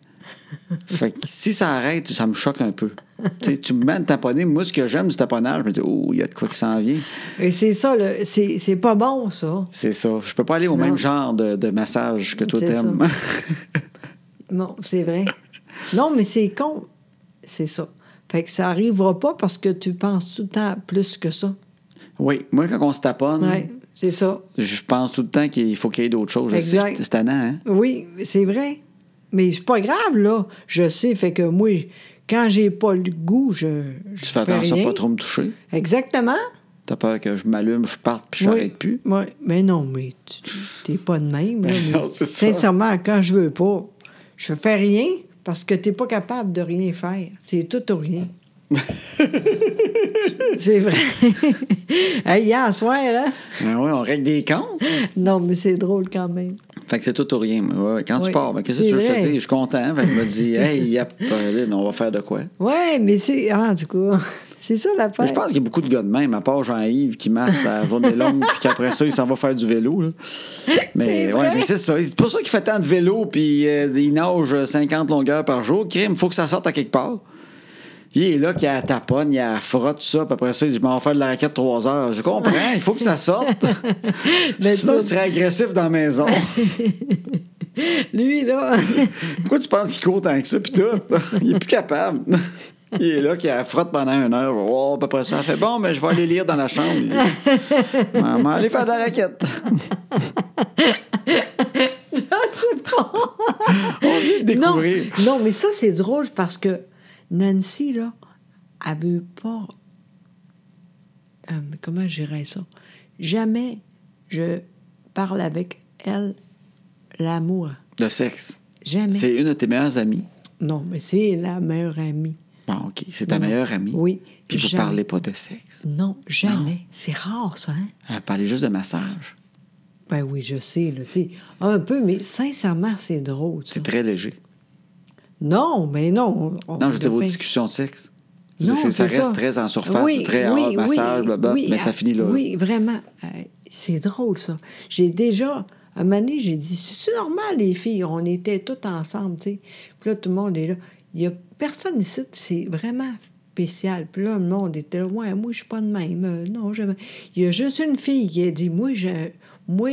Speaker 1: Fait que si ça arrête, ça me choque un peu. Tu sais, tu me mets à me taponner. Moi, ce que j'aime du taponnage, je me dis, oh, il y a de quoi qui s'en vient.
Speaker 2: Et c'est ça, là, c'est c'est pas bon, ça.
Speaker 1: C'est ça. Je peux pas aller au
Speaker 2: Non.
Speaker 1: même genre de, de massage que toi
Speaker 2: C'est ça.
Speaker 1: t'aimes.
Speaker 2: Non, c'est vrai. non, mais c'est con. C'est ça. Fait que ça arrivera pas parce que tu penses tout le temps à plus que ça.
Speaker 1: Oui, moi, quand on se taponne,
Speaker 2: Ouais, c'est ça.
Speaker 1: Je pense tout le temps qu'il faut qu'il y ait d'autres choses. Je sais,
Speaker 2: Exact.
Speaker 1: c'est c'est tannant, hein?
Speaker 2: Oui, c'est vrai. Mais c'est pas grave, là. Je sais, fait que moi, je- quand j'ai pas le goût, je. je
Speaker 1: Tu fais attention à
Speaker 2: rien.
Speaker 1: pas trop me toucher.
Speaker 2: Exactement.
Speaker 1: T'as peur que je m'allume, je parte, puis je
Speaker 2: Oui.
Speaker 1: n'arrête plus.
Speaker 2: Oui. Mais non, mais tu t'es pas de même. là,
Speaker 1: Ben
Speaker 2: mais
Speaker 1: non, c'est ça.
Speaker 2: sincèrement, quand je veux pas, je fais rien parce que t'es pas capable de rien faire. C'est tout ou rien. c'est vrai. hey, hier soir, hein?
Speaker 1: Ben oui, on règle des comptes.
Speaker 2: Non, mais c'est drôle quand même.
Speaker 1: Fait que c'est tout ou rien. moi. Ouais, ouais. Quand tu
Speaker 2: Oui.
Speaker 1: pars, ben, qu'est-ce
Speaker 2: C'est
Speaker 1: que tu veux que je te
Speaker 2: vrai.
Speaker 1: dise? Je suis content. Fait que je me dis, hey, yep, Pauline, on va faire de quoi?
Speaker 2: Ouais, mais c'est. Ah, en tout cas. C'est ça la
Speaker 1: Mais Je pense qu'il y a beaucoup de gars de même, à part Jean-Yves qui masse à journée longue, puis qu'après ça, il s'en va faire du vélo. là. Mais
Speaker 2: C'est
Speaker 1: ouais,
Speaker 2: vrai.
Speaker 1: mais c'est ça. C'est pour ça qu'il fait tant de vélo, puis euh, il nage 50 longueurs par jour. Crime, il faut que ça sorte à quelque part. Il est là, qui a la taponne, il a la frotte ça, puis après ça, il dit Je m'en vais faire de la raquette 3 heures. Je comprends, il faut que ça sorte.
Speaker 2: Mais
Speaker 1: Sinon,
Speaker 2: ça-
Speaker 1: il serait agressif dans la maison.
Speaker 2: Lui, là,
Speaker 1: Pourquoi tu penses qu'il court tant que ça, puis tout? Il est plus capable. Il est là, qui frotte pendant une heure. Oh, puis après ça, elle fait bon, mais je vais aller lire dans la chambre. Il- Maman, allez faire de la raquette.
Speaker 2: je sais pas.
Speaker 1: On vient de découvrir.
Speaker 2: Ah, Non, non, mais ça, c'est drôle parce que Nancy, là, elle veut pas. Euh, comment je dirais ça? Jamais je parle avec elle l'amour.
Speaker 1: Le sexe.
Speaker 2: Jamais.
Speaker 1: C'est une de tes meilleures amies.
Speaker 2: Non, mais c'est la meilleure amie.
Speaker 1: Bon, OK. C'est ta
Speaker 2: Non, non.
Speaker 1: meilleure amie.
Speaker 2: Oui.
Speaker 1: Puis vous
Speaker 2: Jamais.
Speaker 1: parlez pas de sexe.
Speaker 2: Non, jamais. C'est rare, ça, hein?
Speaker 1: Elle parlait juste de massage.
Speaker 2: Ben oui, je sais, là, tu sais. Un peu, mais sincèrement, c'est drôle, ça.
Speaker 1: C'est très léger.
Speaker 2: Non, mais non. on- on
Speaker 1: Non, je veux dire, vos
Speaker 2: devrait-
Speaker 1: discussions de sexe. Je veux
Speaker 2: Non,
Speaker 1: dire, c'est- ça
Speaker 2: c'est
Speaker 1: reste
Speaker 2: ça.
Speaker 1: très en surface, très ah, massage, blablabla,
Speaker 2: oui,
Speaker 1: mais
Speaker 2: ah,
Speaker 1: ça finit là.
Speaker 2: Oui, vraiment. Euh, c'est drôle, ça. J'ai déjà, à un moment donné, j'ai dit C'est normal, les filles, on était toutes ensemble, tu sais. Puis là, tout le monde est là. Il n'y a personne ici, c'est vraiment spécial. Puis là, le monde était là Ouais, moi, je suis pas de même. Euh, non, jamais. Il y a juste une fille qui a dit Moi, je. Moi,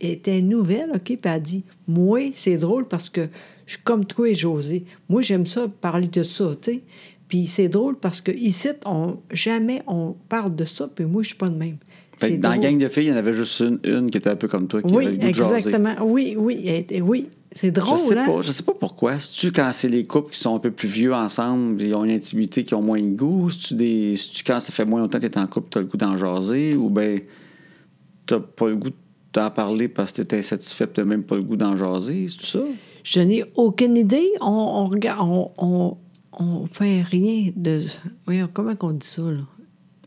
Speaker 2: elle était nouvelle, OK, puis elle a dit Moi, c'est drôle parce que je suis comme toi et José. Moi, j'aime ça, parler de ça, tu sais. Puis c'est drôle parce que ici, on, jamais on parle de ça, puis moi, je suis pas de même.
Speaker 1: Fait que
Speaker 2: C'est
Speaker 1: dans la
Speaker 2: drôle.
Speaker 1: gang de filles, il y en avait juste une, une qui était un peu comme toi, qui avait le
Speaker 2: Oui,
Speaker 1: goût de jaser.
Speaker 2: exactement. Oui, oui, elle était- oui. C'est drôle,
Speaker 1: Je sais
Speaker 2: hein?
Speaker 1: pas, je sais pas pourquoi. C'est-tu quand c'est les couples qui sont un peu plus vieux ensemble, ils ont une intimité, qui ont moins de goût? C'est-tu des. C'est-tu quand ça fait moins longtemps que t'es en couple, t'as le goût d'en jaser? Ou ben t'as pas le goût d'en parler parce que t'es insatisfait pis t'as même pas le goût d'en jaser? C'est tout ça?
Speaker 2: Je n'ai aucune idée. On, on regarde, on, on, on fait rien de. Voyons, comment qu'on dit ça, là?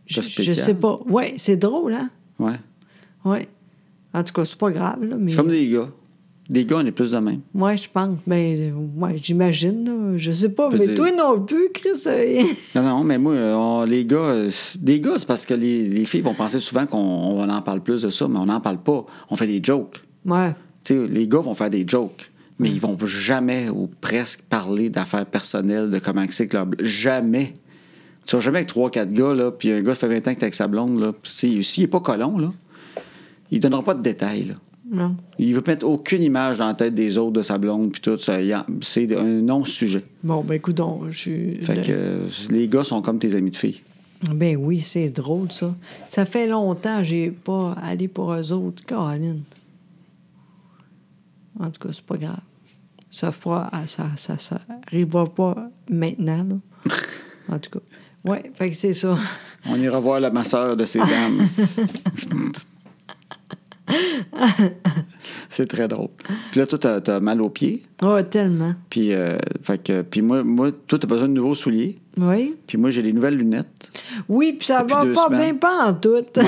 Speaker 2: Je, je
Speaker 1: spécial.
Speaker 2: sais pas. Oui, c'est drôle, hein?
Speaker 1: Ouais.
Speaker 2: Oui. En tout cas, c'est pas grave, là. Mais...
Speaker 1: C'est comme des gars. Des gars, on est plus de même.
Speaker 2: Moi, je pense. Ben, moi, j'imagine, là. Je sais pas.
Speaker 1: Peut-
Speaker 2: Mais toi non plus, Chris. euh,
Speaker 1: Non, non, mais moi, euh, on- les gars, euh, c'est- des gars, c'est parce que les, les filles vont penser souvent qu'on on en parle plus de ça, mais on n'en parle pas. On fait des jokes.
Speaker 2: ouais.
Speaker 1: Tu sais, les gars vont faire des jokes, mais ils vont jamais ou presque parler d'affaires personnelles, de comment que c'est que leur... bl- Jamais. Tu vas jamais avec trois, quatre gars, là, puis un gars, ça fait 20 ans que t'es avec sa blonde, là. puis S'il s'il est pas colon, là, il donnera pas de détails, là.
Speaker 2: Non.
Speaker 1: Il veut mettre aucune image dans la tête des autres de sa blonde, puis tout ça. Il en- C'est un non-sujet.
Speaker 2: Bon, ben, coudon, je suis.
Speaker 1: Fait que euh, les gars sont comme tes amis de filles.
Speaker 2: Ben oui, c'est drôle, ça. Ça fait longtemps que j'ai pas allé pour eux autres, Caroline. En tout cas, c'est pas grave. Ça fera, ah, ça, ça, ça arrivera pas maintenant, là. En tout cas. Ouais, fait que c'est ça.
Speaker 1: On ira voir la masseur de ces dames. C'est très drôle. Puis là, toi, t'as t'as mal aux pieds.
Speaker 2: Oh, tellement.
Speaker 1: Puis, euh, fait que, puis moi, moi, toi, t'as besoin de nouveaux souliers.
Speaker 2: Oui.
Speaker 1: Puis moi, j'ai les nouvelles lunettes.
Speaker 2: Oui, puis ça
Speaker 1: Depuis
Speaker 2: va
Speaker 1: deux
Speaker 2: pas
Speaker 1: semaines.
Speaker 2: bien pas en tout.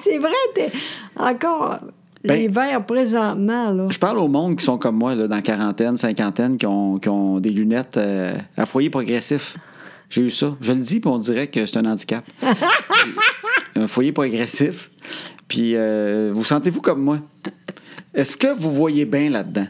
Speaker 2: c'est vrai, t'es encore
Speaker 1: Ben-
Speaker 2: l'hiver présentement, là.
Speaker 1: Je parle au monde qui sont comme moi, là, dans la quarantaine, cinquantaine, qui ont, qui ont des lunettes euh, à foyer progressif. J'ai eu ça. Je le dis, puis on dirait que c'est un handicap. un foyer progressif. Puis euh, vous sentez-vous comme moi? Est-ce que vous voyez bien là-dedans?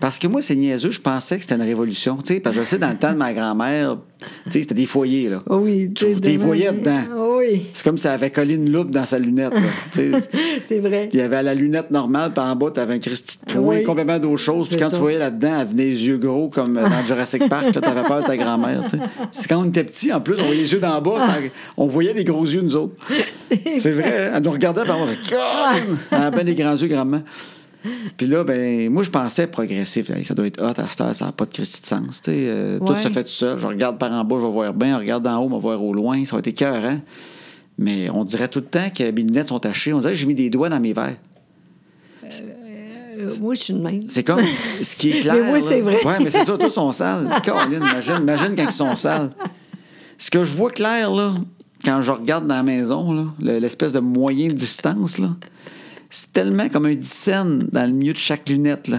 Speaker 1: Parce que moi, c'est niaiseux, je pensais que c'était une révolution. Tu sais, parce que je sais, dans le temps de ma grand-mère, tu sais, c'était des foyers, là.
Speaker 2: Ah Oui,
Speaker 1: Tu t'es voyais dedans.
Speaker 2: Ah Oui,
Speaker 1: C'est comme si elle avait collé une loupe dans sa lunette. là. Tu sais,
Speaker 2: c'est vrai.
Speaker 1: il y avait la lunette normale, puis en bas, t'avais un Christy de point
Speaker 2: Oui.
Speaker 1: complètement d'autre chose. Puis
Speaker 2: C'est
Speaker 1: quand
Speaker 2: ça.
Speaker 1: tu voyais là-dedans, elle venait les yeux gros comme dans Jurassic Park, là, t'avais peur de ta grand-mère. tu sais. C'est quand on était petit, en plus, on voyait les yeux d'en bas, c'était- on voyait les gros yeux, nous autres. C'est vrai, hein? elle nous regardait, par on faisait God! Elle avait bien des grands yeux, grand-mère. Puis là, ben, moi, je pensais progressif. Hey, Ça doit être hot à cette heure, ça n'a pas de Christy de sens. tu sais. Euh, Tout
Speaker 2: Ouais.
Speaker 1: se fait tout seul. Je regarde par en bas, je vais voir bien. Je regarde d'en haut, je vais voir au loin. Ça va être écœurant. Mais on dirait tout le temps que mes lunettes sont tachées. On dirait que j'ai mis des doigts dans mes verres.
Speaker 2: Euh, moi, je suis de même.
Speaker 1: C'est comme ce ce qui est clair.
Speaker 2: Mais moi,
Speaker 1: là.
Speaker 2: c'est vrai.
Speaker 1: Ouais, mais c'est ça, tous sont sales. Caroline, imagine, imagine quand ils sont sales. Ce que je vois clair, là, quand je regarde dans la maison, là, le- l'espèce de moyen de distance, là, c'est tellement comme un dixaine dans le milieu de chaque lunette, là.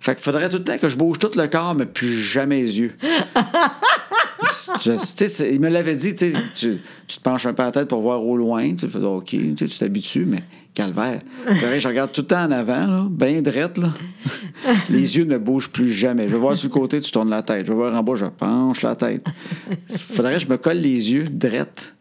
Speaker 1: Fait qu'il faudrait tout le temps que je bouge tout le corps, mais plus jamais les yeux. Je- tu sais, c'est- il me l'avait dit, tu, sais, tu, tu te penches un peu la tête pour voir au loin, tu fais OK, tu sais, tu t'habitues, mais calvaire. C'est vrai, je regarde tout le temps en avant, là, bien drette, là. Les yeux ne bougent plus jamais. Je vais voir sur le côté, tu tournes la tête. Je vais voir en bas, je penche la tête. Faudrait que je me colle les yeux drette.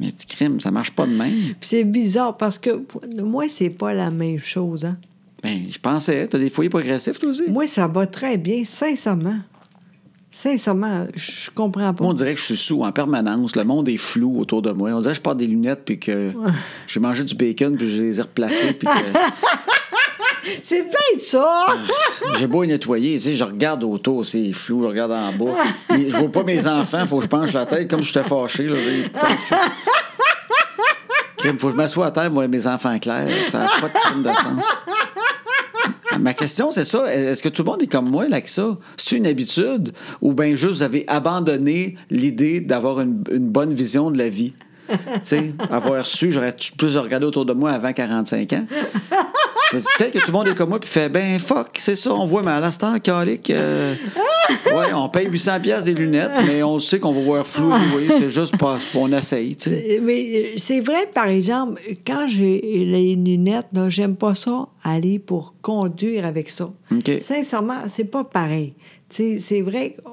Speaker 1: Mais crime, ça marche pas de même.
Speaker 2: Puis c'est bizarre parce que pour- moi, c'est pas la même chose. hein.
Speaker 1: Ben, je pensais, t'as des foyers progressifs, toi aussi?
Speaker 2: Moi, ça va très bien, sincèrement. Sincèrement, je comprends pas.
Speaker 1: Moi, on dirait que je suis sous en permanence. Le monde est flou autour de moi. On dirait que je porte des lunettes, puis que j'ai mangé du bacon, puis je les ai replacées, puis que
Speaker 2: C'est peut-être
Speaker 1: Ah.
Speaker 2: ça!
Speaker 1: j'ai beau les nettoyer. Tu sais, je regarde autour, c'est flou, je regarde en bas. Mais Je vois pas mes enfants, faut que je penche la tête comme si j'étais fâché. Là, J'ai- Crime, faut que je m'assoie à terre, moi, mes enfants clairs. Ça n'a pas de crime de sens. Ma question, c'est ça. Est-ce que tout le monde est comme moi, là, que ça? C'est une habitude ou bien juste vous avez abandonné l'idée d'avoir une, une bonne vision de la vie? tu sais, avoir su, j'aurais plus regardé autour de moi avant 45 ans. Je me dis, peut-être que tout le monde est comme moi puis fait, ben fuck, c'est ça, on voit mal à cette heure, calique, euh, ouais, on paye 800$ piastres des lunettes, mais on sait qu'on va voir flou. Vous voyez, c'est juste pas, on essaye, tu sais.
Speaker 2: Mais euh, c'est vrai, par exemple, quand j'ai les lunettes, là, j'aime pas ça, aller pour conduire avec ça.
Speaker 1: OK.
Speaker 2: Sincèrement, c'est pas pareil. Tu sais, c'est vrai qu'on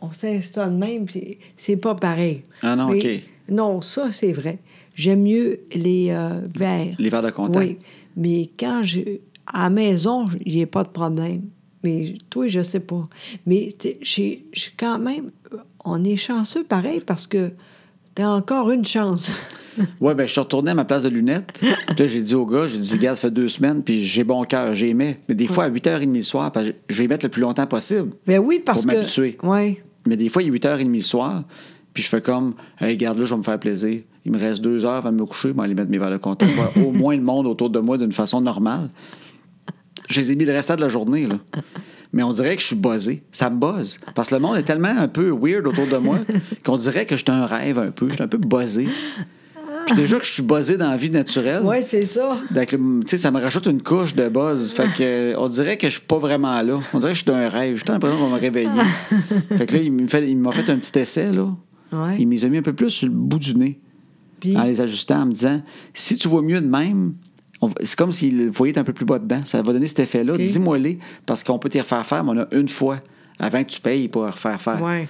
Speaker 2: on s'installe de même, c'est- c'est pas pareil.
Speaker 1: Ah non,
Speaker 2: Mais-
Speaker 1: OK.
Speaker 2: Non, ça, c'est vrai. J'aime mieux les euh, verres.
Speaker 1: Les verres de contact.
Speaker 2: Oui, mais quand j'ai... À la maison, il n'y a pas de problème. Mais toi, je sais pas. Mais tu sais, j'ai j'ai quand même... euh, On est chanceux pareil parce que t'as encore une chance.
Speaker 1: Ouais, ben je suis retourné à ma place de lunettes. Puis là, j'ai dit au gars, j'ai dit, gars, ça fait deux semaines, puis j'ai bon cœur, j'aimais. Mais des fois, à 8h30 le soir, parce que je vais y mettre le plus longtemps possible.
Speaker 2: Mais Ben oui, parce
Speaker 1: Pour
Speaker 2: que...
Speaker 1: m'habituer.
Speaker 2: Oui.
Speaker 1: Mais des fois, il est 8h30 le soir, puis je fais comme, hey, garde là, je vais me faire plaisir. Il me reste deux heures avant de me coucher, je vais aller mettre mes verres de contact, voir au moins le monde autour de moi d'une façon normale. Je les ai mis le restant de la journée, là. Mais on dirait que je suis buzzé. Ça me buzz. Parce que le monde est tellement un peu weird autour de moi qu'on dirait que j'étais un rêve un peu. Je suis un peu buzzé. Puis déjà que je suis buzzé dans la vie naturelle.
Speaker 2: Oui, c'est ça.
Speaker 1: Donc, le- tu sais, ça me rajoute une couche de buzz. Fait que, euh, on dirait que je suis pas vraiment là. On dirait que je suis dans un rêve. J'ai l'impression qu'on m'a réveillé. fait que là, il me fait- il m'a fait, un petit essai, là.
Speaker 2: Ah. Ouais.
Speaker 1: Il m'a mis un peu plus sur le bout du nez,
Speaker 2: Puis,
Speaker 1: en les ajustant, en me disant si tu vois mieux de même, on va- c'est comme si le foyer était un peu plus bas dedans. Ça va donner cet effet-là.
Speaker 2: OK.
Speaker 1: Dis-moi-les, parce qu'on peut t'y refaire faire, mais on a une fois avant que tu payes pour refaire faire.
Speaker 2: ouais,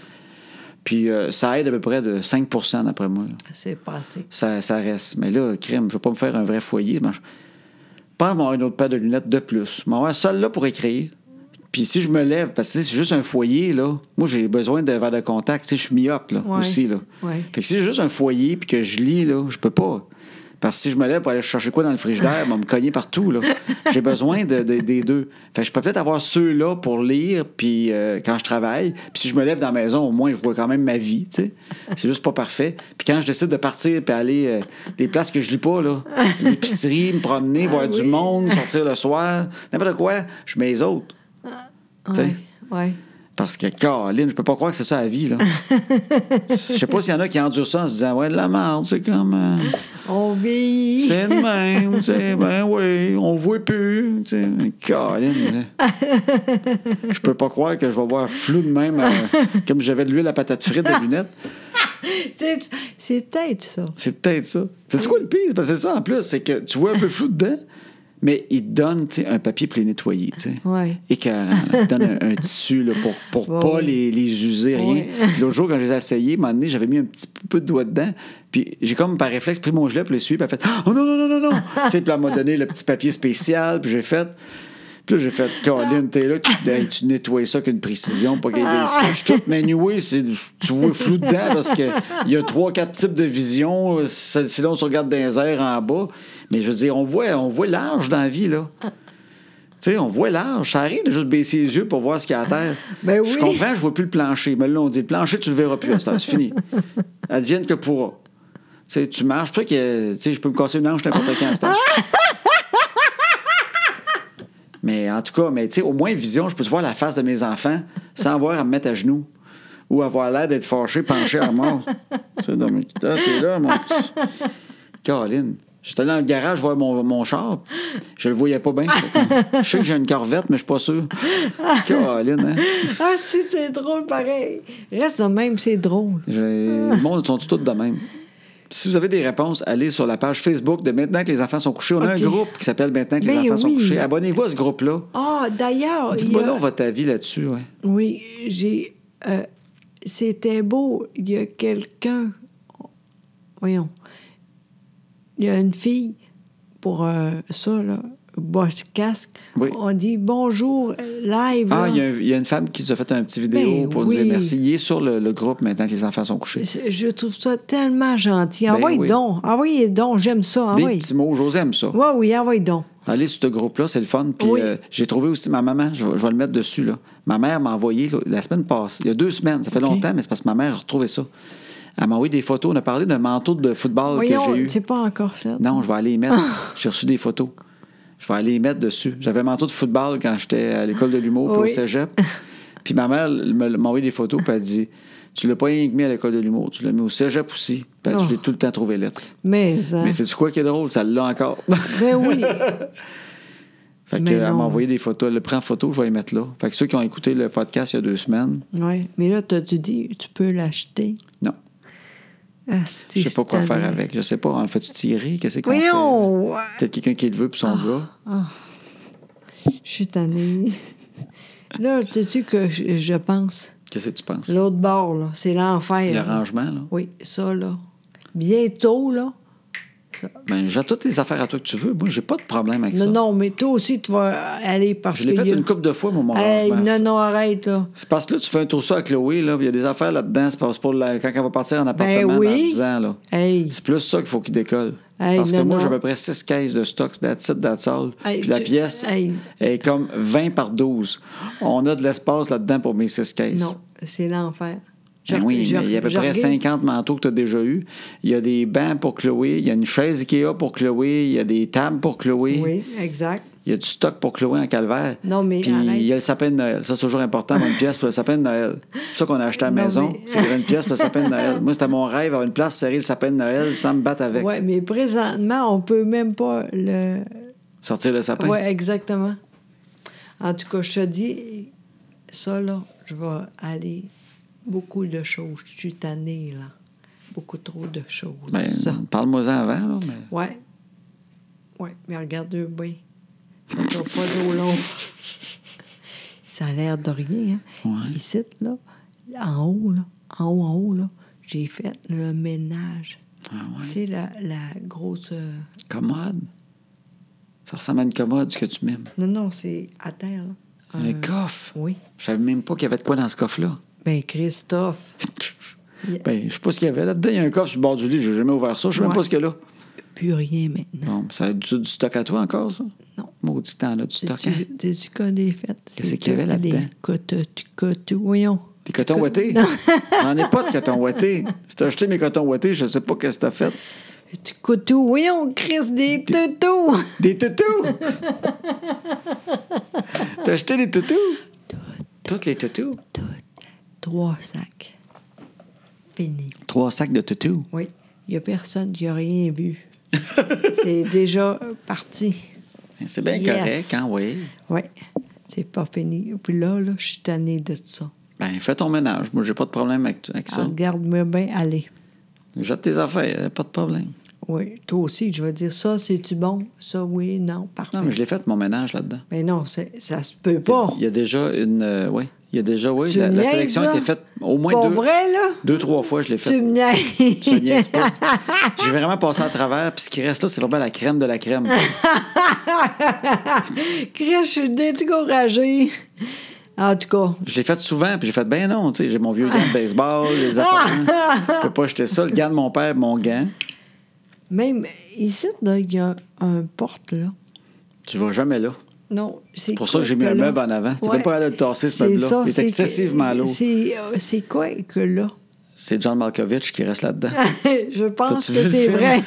Speaker 1: Puis euh, ça aide à peu près de 5 d'après moi. là
Speaker 2: c'est passé.
Speaker 1: ça, ça reste. Mais là, crime, je vais pas me faire un vrai foyer. Ben, je- Pas avoir une autre paire de lunettes de plus. Mais avoir celle-là pour écrire. Puis si je me lève, parce que tu sais, c'est juste un foyer, là, moi j'ai besoin de verre de contact. Tu sais, je suis myope là,
Speaker 2: Ouais.
Speaker 1: aussi. Là.
Speaker 2: Ouais.
Speaker 1: Fait que si j'ai juste un foyer puis que je lis, là, je peux pas. Parce que si je me lève pour aller chercher quoi dans le frigidaire, on va me cogner partout. là. J'ai besoin de- de- des deux. Fait que je peux peut-être avoir ceux-là pour lire puis euh, quand je travaille. Puis si je me lève dans la maison, au moins, je vois quand même ma vie. tu sais. C'est juste pas parfait. Puis quand je décide de partir puis aller euh, des places que je lis pas, là, l'épicerie, me promener, voir du monde, sortir le soir, n'importe quoi, je mets les autres. Tu sais.
Speaker 2: Oui, ouais.
Speaker 1: Parce que, Caroline, je peux pas croire que c'est ça la vie, là. Je sais pas s'il y en a qui endurent ça en se disant, ouais, de la merde, c'est comme. euh,
Speaker 2: On vit.
Speaker 1: c'est de même, tu sais, ben oui, on voit plus, tu sais. Mais Caroline, hein. je peux pas croire que je vais voir flou de même, euh, comme j'avais de l'huile à patate frite des lunettes.
Speaker 2: C'est- C'est peut-être ça.
Speaker 1: C'est peut-être ça. C'est quoi le pire? Parce que c'est ça, en plus, c'est que tu vois un peu flou dedans, mais ils te donnent, tu sais, un papier pour les nettoyer, tu sais.
Speaker 2: Ouais.
Speaker 1: Écœurant, là. Ils te donnent un, un tissu, là, pour, pour
Speaker 2: Bon,
Speaker 1: pas
Speaker 2: oui.
Speaker 1: les, les user, rien.
Speaker 2: Ouais.
Speaker 1: Puis L'autre jour, quand je les ai essayés, à un moment donné, j'avais mis un petit peu de doigt dedans. Puis j'ai comme par réflexe pris mon gilet, puis le suivi, puis elle a fait Oh non, non, non, non, non! tu sais, puis elle m'a donné le petit papier spécial, puis j'ai fait. Puis là, j'ai fait Caroline, t'es là, tu, hey, tu nettoies ça avec une précision, pas qu'il y ait des scratchs. Tout manué, c'est- tu vois flou dedans parce qu'il y a trois, quatre types de vision. C'est- Sinon, on se regarde dans les airs en bas. Mais je veux dire, on voit, on voit large dans la vie, là. Tu sais, on voit large. Ça arrive de juste baisser les yeux pour voir ce qu'il y a à terre.
Speaker 2: Ben
Speaker 1: Je
Speaker 2: oui.
Speaker 1: comprends, je vois plus le plancher. Mais là, on dit le plancher, tu le verras plus à cette heure. C'est fini. Advienne que pourra. Tu sais, tu marches. C'est pour ça que tu sais, je peux me casser une hanche n'importe quand à cette heure. Mais en tout cas, mais tu sais, au moins vision, je peux voir la face de mes enfants sans avoir à me mettre à genoux ou avoir l'air d'être fâché, penché à mort. Tu sais, dans mes- Ah, t'es là, mon petit. Caroline, J'étais dans le garage voir mon, mon char. Je le voyais pas bien. je sais que j'ai une corvette, mais je suis pas sûr. Caroline, hein?
Speaker 2: Ah, si, c'est drôle pareil. Reste de même, c'est drôle.
Speaker 1: J'ai- Le monde sont tous de même. Si vous avez des réponses, allez sur la page Facebook de Maintenant que les enfants sont couchés. On a
Speaker 2: OK.
Speaker 1: un groupe qui s'appelle Maintenant que les
Speaker 2: Ben
Speaker 1: enfants sont
Speaker 2: oui.
Speaker 1: couchés. Abonnez-vous à ce groupe-là.
Speaker 2: Ah, d'ailleurs. il y
Speaker 1: Dites-moi
Speaker 2: a-
Speaker 1: donc votre avis là-dessus. ouais.
Speaker 2: Oui, j'ai. euh, C'était beau. Il y a quelqu'un. Voyons. Il y a une fille pour euh, ça, là, bosse casque.
Speaker 1: Oui.
Speaker 2: On dit bonjour live.
Speaker 1: Ah,
Speaker 2: là.
Speaker 1: il y, a un- il y a une femme qui nous a fait un petit vidéo
Speaker 2: Ben
Speaker 1: pour nous dire
Speaker 2: oui.
Speaker 1: merci. Il est sur le, le groupe Maintenant que les enfants sont couchés.
Speaker 2: Je trouve ça tellement gentil.
Speaker 1: Ben
Speaker 2: Envoyez
Speaker 1: oui.
Speaker 2: donc. Envoyez donc. J'aime ça.
Speaker 1: Des
Speaker 2: Envoyez.
Speaker 1: petits mots, José aime ça.
Speaker 2: Oui, oui, envoyez donc.
Speaker 1: Allez sur ce groupe-là, c'est le fun. Puis
Speaker 2: Oui.
Speaker 1: euh, j'ai trouvé aussi ma maman, je, vais- je vais le mettre dessus. Là. Ma mère m'a envoyé là, la semaine passée, il y a deux semaines, ça fait longtemps, mais c'est parce que ma mère a retrouvé ça. Elle m'a envoyé des photos. On a parlé d'un manteau de football que
Speaker 2: Voyons,
Speaker 1: j'ai eu.
Speaker 2: c'est pas Ah. encore fait.
Speaker 1: Non, je vais aller y mettre. j'ai reçu des photos. Je vais aller y mettre dessus. J'avais un manteau de football quand j'étais à l'école de l'humour puis
Speaker 2: Oui.
Speaker 1: au cégep. Puis ma mère me- m'a envoyé des photos puis elle dit Tu l'as pas rien que mis à l'école de l'humour, tu l'as mis au cégep aussi. Puis elle dit,
Speaker 2: Oh.
Speaker 1: je l'ai tout le temps trouvé lettre.
Speaker 2: Mais, hein,
Speaker 1: Mais c'est quoi qui est drôle Ça l'a encore.
Speaker 2: ben oui.
Speaker 1: Fait que,
Speaker 2: Mais
Speaker 1: elle m'a
Speaker 2: non.
Speaker 1: envoyé des photos. Elle le prend en photo, je vais les mettre là. Fait que ceux qui ont écouté le podcast il y a deux semaines,
Speaker 2: ouais. Mais là, t'as-tu dit, tu peux l'acheter?
Speaker 1: non.
Speaker 2: Ah,
Speaker 1: Je sais pas quoi faire
Speaker 2: tellement-
Speaker 1: avec. Je sais pas. En fait-tu tirer? Qu'est-ce qu'on fait?
Speaker 2: Voyons! Ah.
Speaker 1: Peut-être quelqu'un qui le veut pour son gars.
Speaker 2: Je suis tannée. Là, sais-tu que je, je pense?
Speaker 1: Qu'est-ce que tu penses?
Speaker 2: L'autre bord, là, euh, c'est l'enfer.
Speaker 1: Le
Speaker 2: là.
Speaker 1: rangement, là.
Speaker 2: Oui, ça, là. Bientôt, là.
Speaker 1: Ben, j'ai toutes les affaires à toi que tu veux. Moi, j'ai pas de problème avec ça.
Speaker 2: Non, non, mais toi aussi, tu vas aller parce
Speaker 1: je
Speaker 2: que...
Speaker 1: l'ai fait
Speaker 2: y a-
Speaker 1: une couple de fois, moi, mon
Speaker 2: Hey,
Speaker 1: rangement.
Speaker 2: non, non, arrête, là.
Speaker 1: C'est parce que là, tu fais un tour ça à Chloé, là, puis il y a des affaires là-dedans. C'est parce pour la- quand elle va partir en appartement dans
Speaker 2: Ben oui.
Speaker 1: 10 ans, là.
Speaker 2: Hey,
Speaker 1: C'est plus ça qu'il faut qu'il décolle.
Speaker 2: Hey,
Speaker 1: Parce que
Speaker 2: non,
Speaker 1: moi,
Speaker 2: non.
Speaker 1: j'ai à peu près 6 caisses de stocks, that's it, that's all.
Speaker 2: Hey,
Speaker 1: Puis la
Speaker 2: tu-
Speaker 1: pièce
Speaker 2: hey.
Speaker 1: est comme 20 par 12. On a de l'espace là-dedans pour mes 6 caisses.
Speaker 2: non, c'est l'enfer.
Speaker 1: Ben oui, mais il y a à peu près 50 manteaux que tu as déjà eu. Il y a des bancs pour Chloé, il y a une chaise Ikea pour Chloé, il y a des tables pour Chloé,
Speaker 2: Oui, exact.
Speaker 1: il y a du stock pour Chloé en calvaire.
Speaker 2: Non, mais
Speaker 1: Puis
Speaker 2: arrête.
Speaker 1: il y a le sapin de Noël. Ça, c'est toujours important, avoir une pièce pour le sapin de Noël. C'est pour ça qu'on a acheté la
Speaker 2: Non,
Speaker 1: maison.
Speaker 2: mais-
Speaker 1: C'est qu'il y avait une pièce pour le sapin de Noël. Moi, c'était mon rêve, avoir une place serrée le sapin de Noël sans me battre avec.
Speaker 2: Oui, mais présentement, on peut même pas le...
Speaker 1: Sortir le sapin.
Speaker 2: Oui, exactement. En tout cas, je te dis, ça, là, je vais aller beaucoup de choses. Je suis tannée, là. Beaucoup trop de choses.
Speaker 1: Ben,
Speaker 2: ça.
Speaker 1: parle-moi-en avant. là, mais-
Speaker 2: Ouais. Ouais, mais regarde bien. Ça sera pas trop long. Ça a l'air de rien, hein? Ici, là, en haut, là, en haut, en haut, là, j'ai fait le ménage.
Speaker 1: Ah
Speaker 2: Tu sais, la, la grosse... euh,
Speaker 1: Commode. Ça ressemble à une commode, ce que tu m'aimes.
Speaker 2: Non, non, c'est à terre, là.
Speaker 1: Un
Speaker 2: Euh,
Speaker 1: coffre.
Speaker 2: Oui.
Speaker 1: Je savais même pas qu'il y avait de quoi dans ce coffre-là.
Speaker 2: Ben, Christophe. Yeah.
Speaker 1: Ben, je sais pas ce qu'il y avait. Là-dedans, il y a un coffre sur le bord du lit. J'ai jamais ouvert ça. Je sais même
Speaker 2: Ouais.
Speaker 1: pas ce qu'il y a là.
Speaker 2: Plus rien maintenant.
Speaker 1: Bon, ça a du, du stock à toi encore, ça?
Speaker 2: Non.
Speaker 1: Maudit temps, là, du stock. hein?
Speaker 2: C'est du- du cas des fêtes.
Speaker 1: Qu'est-ce
Speaker 2: C'est
Speaker 1: qu'il y avait là-dedans?
Speaker 2: des coteaux, tu coteaux, voyons.
Speaker 1: Des cotons ouatés? J'en ai pas de cotons ouatés. Si t'as acheté mes cotons ouatés, je sais pas qu'est-ce que t'as fait.
Speaker 2: Tu coteaux, voyons, Chris, des toutous.
Speaker 1: Des toutous! t'as acheté des toutous? Toutes les toutous?
Speaker 2: Tout. Trois sacs. Fini.
Speaker 1: Trois sacs de toutous.
Speaker 2: Oui. Il n'y a personne qui a rien vu. c'est déjà parti.
Speaker 1: Ben, C'est bien
Speaker 2: Yes.
Speaker 1: correct, hein, oui.
Speaker 2: Oui. C'est pas fini. Puis là, là, je suis tannée de ça. Ah,
Speaker 1: Ben, fais ton ménage. Moi, j'ai pas de problème avec, avec ça.
Speaker 2: Regarde-moi bien aller.
Speaker 1: Jette tes affaires, euh, pas de problème.
Speaker 2: Oui, toi aussi, je vais dire ça, c'est-tu bon? Ça, oui, non, parfait.
Speaker 1: Non, mais je l'ai fait, mon ménage, là-dedans.
Speaker 2: Mais non, c'est- ça se peut pas.
Speaker 1: Il y a déjà une. euh, oui. Il y a déjà, oui.
Speaker 2: Tu
Speaker 1: La,
Speaker 2: me
Speaker 1: la
Speaker 2: niaises,
Speaker 1: sélection a
Speaker 2: là?
Speaker 1: été faite au moins
Speaker 2: Pour
Speaker 1: deux,
Speaker 2: vrai, là?
Speaker 1: deux, trois fois, je l'ai faite.
Speaker 2: Tu me
Speaker 1: Je te
Speaker 2: niaises.
Speaker 1: niaise pas. J'ai vraiment passé à travers, puis ce qui reste là, c'est vraiment la crème de la crème.
Speaker 2: Chris, je suis découragée. En tout cas,
Speaker 1: Je l'ai fait souvent, puis j'ai fait, ben non, tu sais, j'ai mon vieux gant de baseball, les
Speaker 2: Ah!
Speaker 1: affaires. Je peux pas jeter ça, le gant de mon père, mon gant.
Speaker 2: même ici, là, il y a un porte, là.
Speaker 1: Tu vas jamais là.
Speaker 2: Non, c'est
Speaker 1: Pour ça que j'ai mis un meuble en avant. C'était
Speaker 2: pas
Speaker 1: même pas capable de tasser, ce meuble-là. Il est excessivement lourd.
Speaker 2: C'est euh, c'est quoi que là?
Speaker 1: C'est John Malkovich qui reste là-dedans.
Speaker 2: je pense
Speaker 1: T'as-tu
Speaker 2: que
Speaker 1: vu le
Speaker 2: c'est
Speaker 1: film?
Speaker 2: vrai.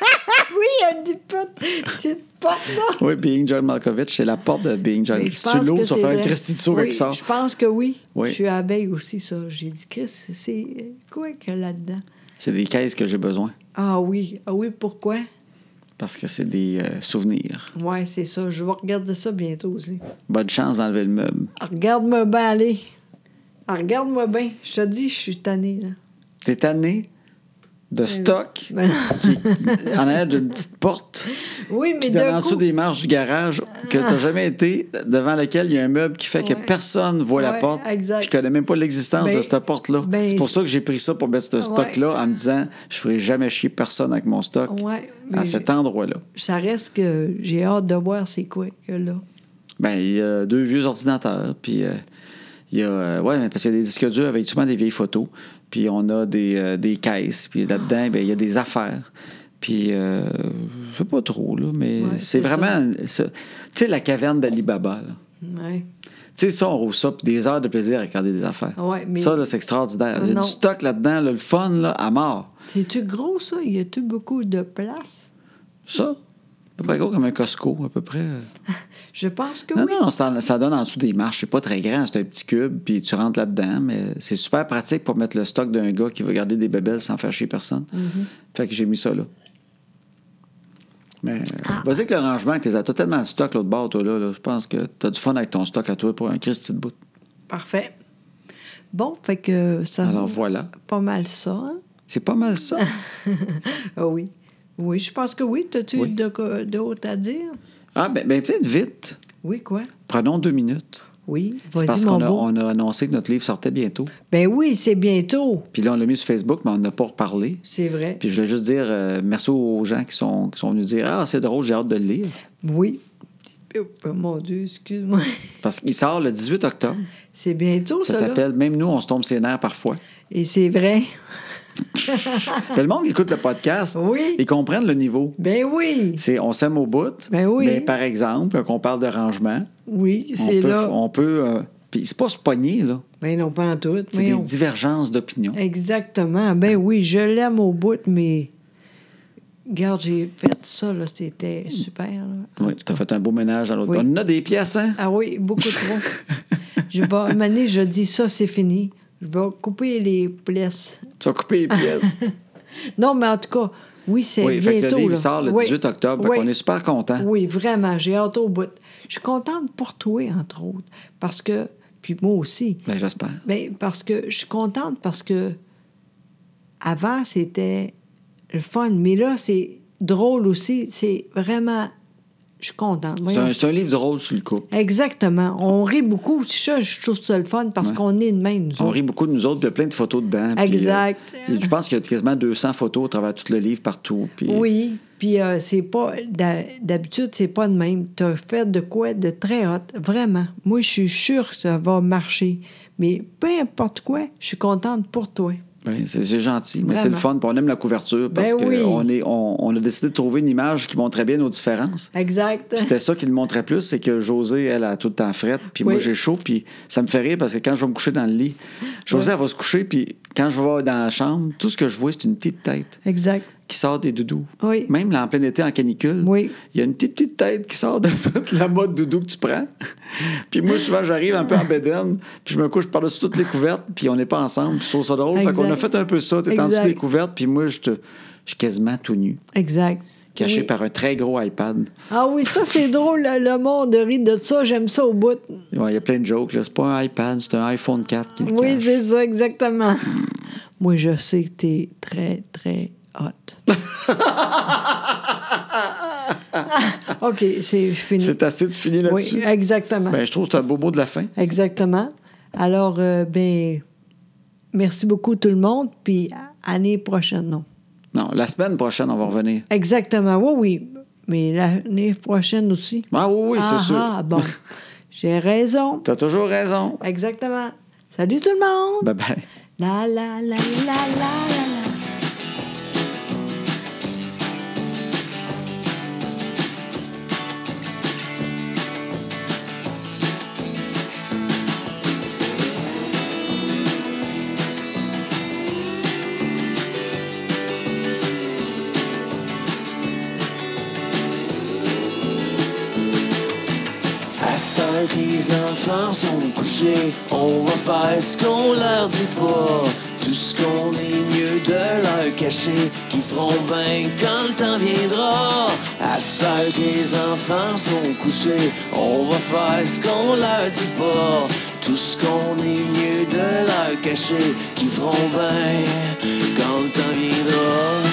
Speaker 2: oui, un petit peu. Petite porte, là.
Speaker 1: Oui, Being John Malkovich, c'est la porte de Being John.
Speaker 2: Mais je
Speaker 1: Ben, C'est
Speaker 2: pense
Speaker 1: l'eau,
Speaker 2: que
Speaker 1: ça
Speaker 2: c'est
Speaker 1: fait un
Speaker 2: vrai.
Speaker 1: Christy de saut
Speaker 2: Oui,
Speaker 1: qui sort.
Speaker 2: Je pense que oui.
Speaker 1: Oui.
Speaker 2: Je suis abeille aussi, ça. J'ai dit, Chris, c'est quoi que là-dedans?
Speaker 1: C'est des caisses que j'ai besoin.
Speaker 2: Ah oui, ah oui, pourquoi?
Speaker 1: parce que c'est des euh, souvenirs.
Speaker 2: Ouais, c'est ça. Je vais regarder ça bientôt aussi.
Speaker 1: Bonne chance d'enlever le meuble.
Speaker 2: Ah, Regarde-moi bien aller. Ah, Regarde-moi bien. Je te dis, je suis tannée, là.
Speaker 1: T'es tanné de stock
Speaker 2: Ben,
Speaker 1: qui est en arrière d'une petite porte
Speaker 2: oui, mais
Speaker 1: qui donne en
Speaker 2: d'un
Speaker 1: dessous
Speaker 2: coup... Ah.
Speaker 1: des marches du garage que t'as jamais été, devant laquelle il y a un meuble qui fait que
Speaker 2: Ouais.
Speaker 1: personne voit la
Speaker 2: Ouais,
Speaker 1: porte.
Speaker 2: exact.
Speaker 1: Je connais même pas l'existence
Speaker 2: Ben,
Speaker 1: de cette porte-là.
Speaker 2: ben,
Speaker 1: c'est pour ça que j'ai pris ça pour mettre ce stock-là en me disant je ferai jamais chier personne avec mon stock
Speaker 2: Ouais,
Speaker 1: à
Speaker 2: mais
Speaker 1: cet endroit-là.
Speaker 2: ça reste que j'ai hâte de voir c'est quoi que là.
Speaker 1: Ben, il y a deux vieux ordinateurs, puis euh, il y a... euh, ouais, mais parce qu'il y a des disques durs avec souvent des vieilles photos, puis on a des, euh, des caisses, puis là-dedans, ben, il y a des affaires. Puis, euh, je sais pas trop, là, mais
Speaker 2: Ouais,
Speaker 1: c'est
Speaker 2: c'est ça.
Speaker 1: vraiment... ça. Tu sais, la caverne d'Alibaba, là.
Speaker 2: Ouais.
Speaker 1: Tu sais, ça, on roule ça, puis des heures de plaisir à regarder des affaires.
Speaker 2: Ouais, mais-
Speaker 1: Ça, là, c'est extraordinaire. Il y a
Speaker 2: Non.
Speaker 1: du stock là-dedans, là, le fun, là, à mort.
Speaker 2: C'est-tu gros, ça? Y a-tu beaucoup de place?
Speaker 1: Ça, à peu près gros comme un Costco, à peu près.
Speaker 2: Je pense que
Speaker 1: Non,
Speaker 2: oui.
Speaker 1: non, ça, ça donne en dessous des marches. C'est pas très grand, c'est un petit cube, puis tu rentres là-dedans, mais c'est super pratique pour mettre le stock d'un gars qui veut garder des bébelles sans faire chier personne.
Speaker 2: Mm-hmm.
Speaker 1: Fait que j'ai mis ça là. Mais
Speaker 2: Ah.
Speaker 1: euh, vas-y avec le rangement, que t'as totalement le stock l'autre bord, toi, là. là. Je pense que t'as du fun avec ton stock à toi pour un Christy de bout.
Speaker 2: Mm-hmm. Parfait. Bon, fait que ça
Speaker 1: Alors voilà.
Speaker 2: pas mal ça. hein?
Speaker 1: C'est pas mal ça.
Speaker 2: Ah oui. Oui, je pense que oui. T'as-tu
Speaker 1: Oui.
Speaker 2: de quoi- d'autres à dire?
Speaker 1: Ah, ben, ben, peut-être vite.
Speaker 2: Oui, quoi?
Speaker 1: Prenons deux minutes.
Speaker 2: Oui,
Speaker 1: C'est parce
Speaker 2: vas-y, mon
Speaker 1: qu'on a,
Speaker 2: beau.
Speaker 1: on a annoncé que notre livre sortait bientôt.
Speaker 2: Ben oui, c'est bientôt.
Speaker 1: Puis là, on l'a mis sur Facebook, mais on n'a pas reparlé.
Speaker 2: C'est vrai.
Speaker 1: Puis je voulais juste dire euh, merci aux gens qui sont, qui sont venus dire Ah, c'est drôle, j'ai hâte de le lire.
Speaker 2: Oui. Oh, mon Dieu, excuse-moi.
Speaker 1: Parce qu'il sort le 18 octobre.
Speaker 2: C'est bientôt,
Speaker 1: Ça
Speaker 2: Oh, ça, là.
Speaker 1: s'appelle Même nous, on se tombe ses nerfs parfois.
Speaker 2: Et c'est vrai.
Speaker 1: Mais le monde qui écoute le podcast,
Speaker 2: Ah. Oui.
Speaker 1: ils comprennent le niveau.
Speaker 2: Ben oui.
Speaker 1: C'est on s'aime au bout.
Speaker 2: Ben oui.
Speaker 1: Mais par exemple, quand on parle de rangement,
Speaker 2: Oui,
Speaker 1: on
Speaker 2: c'est
Speaker 1: peut.
Speaker 2: là.
Speaker 1: On peut euh, puis c'est pas se pogner, là.
Speaker 2: Ben non, pas en tout.
Speaker 1: C'est
Speaker 2: mais
Speaker 1: des
Speaker 2: on-
Speaker 1: divergences d'opinion.
Speaker 2: Exactement. Ben oui, je l'aime au bout, mais... Regarde, j'ai fait ça, là.
Speaker 1: Hmm.
Speaker 2: C'était super, là.
Speaker 1: Oui, t'as fait un beau ménage dans l'autre.
Speaker 2: Oui.
Speaker 1: On a des pièces, hein?
Speaker 2: Ah oui, beaucoup trop. je vais, à un moment donné, je dis ça, c'est fini. Je vais couper les places.
Speaker 1: Tu as coupé les pièces.
Speaker 2: Non, mais en tout cas, oui, c'est
Speaker 1: oui, fait que
Speaker 2: bientôt.
Speaker 1: le livre
Speaker 2: là.
Speaker 1: sort le
Speaker 2: Oui.
Speaker 1: 18 octobre.
Speaker 2: Oui.
Speaker 1: On est super contents.
Speaker 2: Oui, vraiment, j'ai hâte au bout. Je suis contente pour toi, entre autres, parce que, puis moi aussi,
Speaker 1: Ben, j'espère.
Speaker 2: ben, parce que je suis contente parce que avant, c'était le fun, mais là, c'est drôle aussi. C'est vraiment, je suis contente.
Speaker 1: C'est
Speaker 2: Voyons.
Speaker 1: un, c'est un livre drôle sur le couple.
Speaker 2: Exactement. On rit beaucoup. Ça, je trouve ça le fun parce qu'on est de même, nous
Speaker 1: On
Speaker 2: autres.
Speaker 1: rit beaucoup de nous autres, puis il y a plein de photos dedans. puis,
Speaker 2: Exact.
Speaker 1: euh, et je pense qu'il y a quasiment 200 photos à travers tout le livre, partout. Puis,
Speaker 2: Oui, puis euh, c'est pas d'ha- d'habitude c'est pas de même. T'as fait de quoi de très hot, vraiment. Moi, je suis sûre que ça va marcher. Mais peu importe quoi, je suis contente pour toi.
Speaker 1: ben, c'est c'est gentil, mais c'est le
Speaker 2: Vraiment.
Speaker 1: fun. puis on aime la couverture parce
Speaker 2: Ben
Speaker 1: qu'on
Speaker 2: oui.
Speaker 1: on, on a décidé de trouver une image qui montrait bien nos différences.
Speaker 2: Exact.
Speaker 1: Puis C'était ça qui le montrait plus, c'est que José, elle, a tout le temps frette, puis moi,
Speaker 2: Oui.
Speaker 1: j'ai chaud, puis ça me fait rire parce que quand je vais me coucher dans le lit, José, elle va se coucher, puis quand je vais dans la chambre, tout ce que je vois, c'est une petite tête
Speaker 2: Exact.
Speaker 1: qui sort des doudous.
Speaker 2: Oui.
Speaker 1: Même là, en plein été, en canicule,
Speaker 2: Oui.
Speaker 1: il y a une petite, petite tête qui sort de toute la mode doudou que tu prends. puis moi, souvent, j'arrive un peu en bédaine, puis je me couche par-dessus toutes les couvertes, puis on n'est pas ensemble, puis je trouve ça drôle. Fait
Speaker 2: Exact.
Speaker 1: qu'on a fait un peu ça, t'es en dessous
Speaker 2: Exact.
Speaker 1: des couvertes, puis moi, je te- je suis quasiment tout nu,
Speaker 2: Exact.
Speaker 1: caché
Speaker 2: Oui.
Speaker 1: par un très gros iPad.
Speaker 2: Ah oui, ça c'est drôle, le monde rit de ça, j'aime ça au bout.
Speaker 1: Ouais, Il y a plein de jokes, là. c'est pas un iPad, c'est un iPhone 4 qui le
Speaker 2: Oui,
Speaker 1: cache.
Speaker 2: c'est ça, exactement. Moi, je sais que t'es très, très hot. Ah, OK, c'est fini.
Speaker 1: C'est assez, tu finis là-dessus.
Speaker 2: Oui, exactement.
Speaker 1: Ben, je trouve que c'est un beau mot de la fin.
Speaker 2: Exactement. Alors, euh, ben, merci beaucoup tout le monde, puis à- année prochaine, non.
Speaker 1: Non, la semaine prochaine, on va revenir.
Speaker 2: Exactement, oui, oui, mais l'année prochaine aussi.
Speaker 1: Ah oui, oui, c'est
Speaker 2: ah,
Speaker 1: sûr.
Speaker 2: Ah, bon, j'ai raison.
Speaker 1: T'as toujours raison.
Speaker 2: Exactement. Salut tout le monde!
Speaker 1: Bye-bye.
Speaker 2: La la la la la la la.
Speaker 3: À cette heure, que les enfants sont couchés, on va faire ce qu'on leur dit pas. Tout ce qu'on est mieux de leur cacher, qui feront bien quand le temps viendra. À cette heure que les enfants sont couchés, on va faire ce qu'on leur dit pas. Tout ce qu'on est mieux de leur cacher, qui feront bien quand le temps viendra.